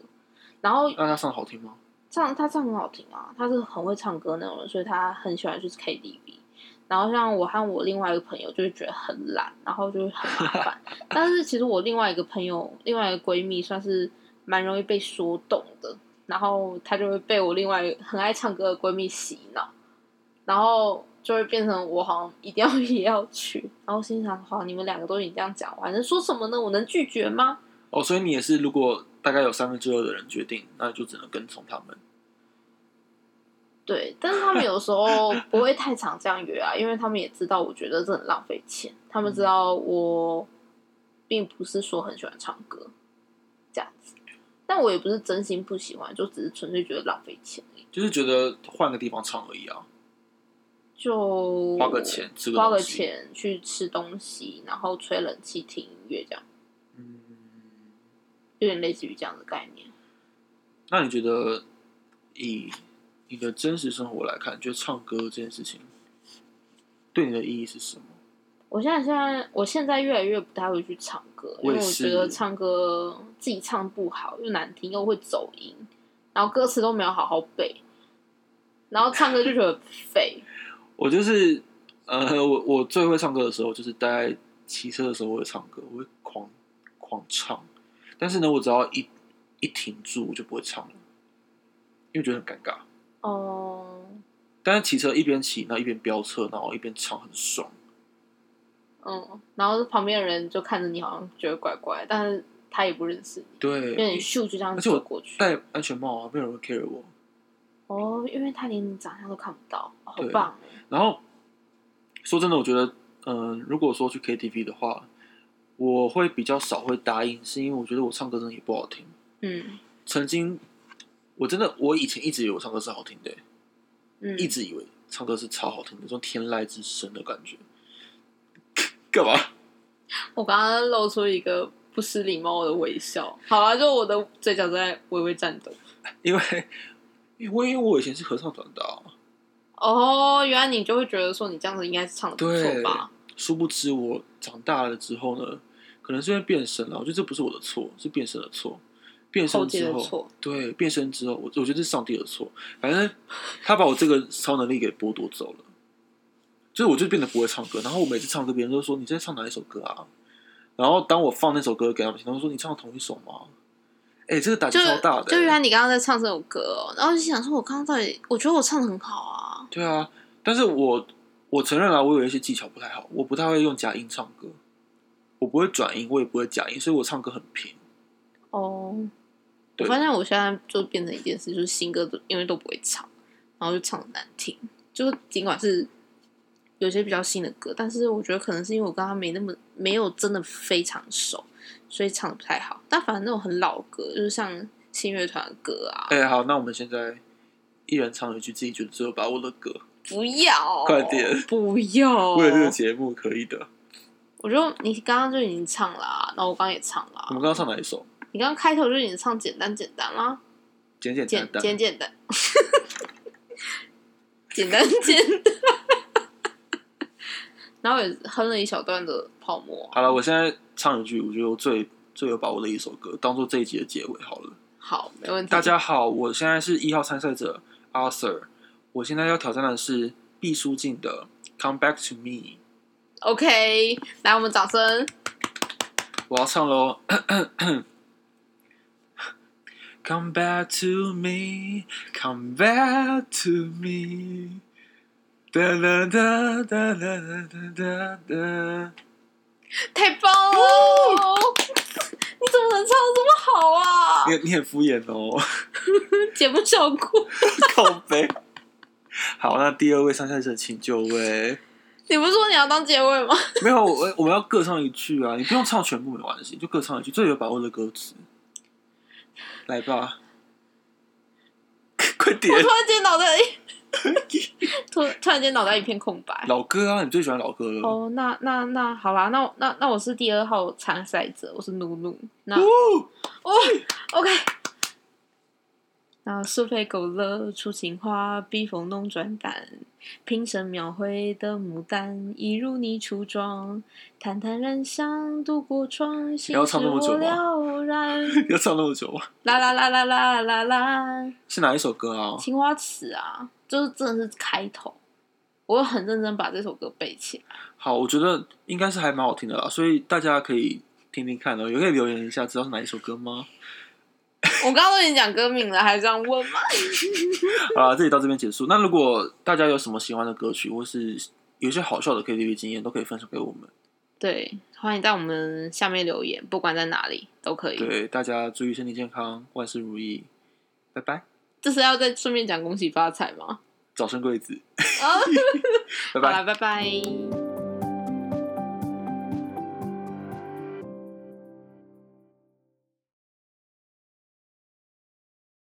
[SPEAKER 1] 然后
[SPEAKER 2] 那他唱得好听吗？
[SPEAKER 1] 唱他唱很好听啊，他是很会唱歌那种人，所以他很喜欢去 KTV。然后像我和我另外一个朋友，就会觉得很懒，然后就会很麻烦。但是其实我另外一个朋友，另外一个闺蜜，算是蛮容易被说动的。然后她就会被我另外一个很爱唱歌的闺蜜洗脑，然后就会变成我好像一定要 也要去。然后心想：好，你们两个都已经这样讲，我还能说什么呢？我能拒绝吗？
[SPEAKER 2] 哦，所以你也是，如果大概有三分之二的人决定，那就只能跟从他们。
[SPEAKER 1] 对，但是他们有时 候不会太常这样约啊，因为他们也知道，我觉得这很浪费钱。他
[SPEAKER 2] 嗯
[SPEAKER 1] 们知道我并不是说很喜欢唱歌，这样子。但我也不是真心不喜欢，就只是纯粹觉得浪费钱而已，
[SPEAKER 2] 就是觉得换个地方唱而已啊，
[SPEAKER 1] 就
[SPEAKER 2] 花个钱吃个
[SPEAKER 1] 花
[SPEAKER 2] 东
[SPEAKER 1] 个
[SPEAKER 2] 西。
[SPEAKER 1] 钱去吃东西，然后吹冷气、听音乐，这样
[SPEAKER 2] 嗯，
[SPEAKER 1] 有点类似于这样的概念。
[SPEAKER 2] 那你觉得以你的真实生活来看，就唱歌这件事情对你的意义是什么？
[SPEAKER 1] 我现在现在我现在越来越不太会去唱歌，因
[SPEAKER 2] 我也
[SPEAKER 1] 为我觉
[SPEAKER 2] 是
[SPEAKER 1] 得唱歌自己唱不好，又难听，又会走音，然后歌词都没有好好背，然后唱歌就觉得很废。
[SPEAKER 2] 我就是呃，我我最会唱歌的时候，就是大概骑车的时候我会唱歌，我会狂狂唱。但是呢，我只要一一停住，我就不会唱了，因为觉得很尴尬。
[SPEAKER 1] 哦、
[SPEAKER 2] 但是骑车一边骑，然后一边飙车，然后一边唱，很爽。
[SPEAKER 1] 嗯，然后旁边的人就看着你，好像觉得怪怪，但是他也不认识你，有
[SPEAKER 2] 对
[SPEAKER 1] 点，秀就这样
[SPEAKER 2] 而且我
[SPEAKER 1] 走过去。
[SPEAKER 2] 戴安全帽啊，没有人会 care 我。
[SPEAKER 1] 哦，因为他连你长相都看不到，好
[SPEAKER 2] 对
[SPEAKER 1] 棒哦！
[SPEAKER 2] 然后说真的，我觉得，嗯、如果说去 KTV 的话，我会比较少会答应，是因为我觉得我唱歌真的也不好听。
[SPEAKER 1] 嗯
[SPEAKER 2] 曾经，我真的我以前一直以为我唱歌是好听的、
[SPEAKER 1] 嗯，
[SPEAKER 2] 一直以为唱歌是超好听的，这种天籁之声的感觉。 干嘛？
[SPEAKER 1] 我刚刚露出一个不失礼貌的微笑。好啊，就我的嘴角在微微颤抖。
[SPEAKER 2] 因为因为我因为我以前是合唱团的、啊，
[SPEAKER 1] 哦，原来你就会觉得说你这样子应该是唱的不错
[SPEAKER 2] 对
[SPEAKER 1] 吧？
[SPEAKER 2] 殊不知我长大了之后呢，可能是因为变声了，我觉得这不是我的错，是变声的错。变
[SPEAKER 1] 后
[SPEAKER 2] 声
[SPEAKER 1] 天
[SPEAKER 2] 之
[SPEAKER 1] 的
[SPEAKER 2] 后，
[SPEAKER 1] 错，
[SPEAKER 2] 对，变声之后，我我觉得是上帝的错，反正他把我这个超能力给剥夺走了，就是我就变得不会唱歌，然后我每次唱歌，别人都说你在唱哪一首歌啊？然后当我放那首歌给他们听，他们说你唱的同一首吗？哎、这个打击
[SPEAKER 1] 就
[SPEAKER 2] 超大的、
[SPEAKER 1] 就原来你刚刚在唱这首歌哦，然后就想说，我刚刚到底，我觉得我唱的很好啊。
[SPEAKER 2] 对啊，但是我我承认了，啊我有一些技巧不太好，我不太会用假音唱歌，我不会转音，我也不会假音，所以我唱歌很平。
[SPEAKER 1] 哦，我
[SPEAKER 2] 对
[SPEAKER 1] 发现我现在就变成一件事，就是新歌都因为都不会唱，然后就唱的难听。就是尽管是有些比较新的歌，但是我觉得可能是因为我跟他没那么没有真的非常熟，所以唱的不太好。但反正那种很老的歌，就是像新乐团的歌啊，
[SPEAKER 2] 哎、好，那我们现在一人唱一句自己觉得最有把握的歌，
[SPEAKER 1] 不要，
[SPEAKER 2] 快点，
[SPEAKER 1] 不要，
[SPEAKER 2] 为了这个节目可以的。
[SPEAKER 1] 我觉得你刚刚就已经唱了、啊，然后我刚刚也唱了、
[SPEAKER 2] 我
[SPEAKER 1] 啊
[SPEAKER 2] 们。刚刚唱哪一首？
[SPEAKER 1] 你刚刚开头就已经唱简单简单啦，
[SPEAKER 2] 简简单
[SPEAKER 1] 简
[SPEAKER 2] 单。
[SPEAKER 1] 简简单， 简单简单。 然后也哼了一小段的泡沫。
[SPEAKER 2] 好了，我现在唱一句我觉得我最最有把握的一首歌，当做这一集的结尾好了。
[SPEAKER 1] 好，没问题。
[SPEAKER 2] 大家好，我现在是一号参赛者 Arthur，我现在要挑战的是毕书尽的《Come Back to Me》。
[SPEAKER 1] OK，来，我们掌声。
[SPEAKER 2] 我要唱喽。Come back to me, come back to me，哒哒哒哒哒哒哒哒。
[SPEAKER 1] 太棒
[SPEAKER 2] 嗯
[SPEAKER 1] 了！你怎么能唱的这么好啊？
[SPEAKER 2] 你你很敷衍哦，
[SPEAKER 1] 节目效果，
[SPEAKER 2] 靠背。好，那第二位参赛者请就位。
[SPEAKER 1] 你不是说你要当结尾吗？
[SPEAKER 2] 没有，我我们要各唱一句啊，你不用唱全部没关系，就各唱一句最有把握的歌词。来吧， 快点
[SPEAKER 1] 我 突！然间脑 袋，突突然间脑袋一片空白。
[SPEAKER 2] 老歌啊，你最喜欢老歌了。
[SPEAKER 1] 哦，那那那好啦，那我那那我是第二号参赛者，我是努努。那
[SPEAKER 2] 哦
[SPEAKER 1] OK，那是非勾勒出情花，逼缝弄转感，凭什描绘的牡丹，一如你初妆，坦坦然想渡过窗，心
[SPEAKER 2] 要
[SPEAKER 1] 事
[SPEAKER 2] 唱那么久
[SPEAKER 1] 我
[SPEAKER 2] 吗
[SPEAKER 1] 了然。
[SPEAKER 2] 要唱那么久吗？
[SPEAKER 1] 啦啦啦啦啦啦啦，
[SPEAKER 2] 是哪一首歌啊？
[SPEAKER 1] 青花瓷啊，就是真的是开头，我很认真把这首歌背起来。
[SPEAKER 2] 好，我觉得应该是还蛮好听的啦，所以大家可以听听看哦，也可以留言一下，知道是哪一首歌吗？
[SPEAKER 1] 我刚刚都已经讲歌名了，还这样问吗？
[SPEAKER 2] 好啦，这里到这边结束。那如果大家有什么喜欢的歌曲，或是有一些好笑的 KTV 经验，都可以分享给我们。
[SPEAKER 1] 对，欢迎在我们下面留言，不管在哪里都可以。
[SPEAKER 2] 对，大家注意身体健康，万事如意，拜拜，
[SPEAKER 1] 这是要再顺便讲恭喜发财吗？
[SPEAKER 2] 早生贵子，
[SPEAKER 1] 啊，
[SPEAKER 2] 拜
[SPEAKER 1] 好了，。
[SPEAKER 2] 拜
[SPEAKER 1] 拜拜。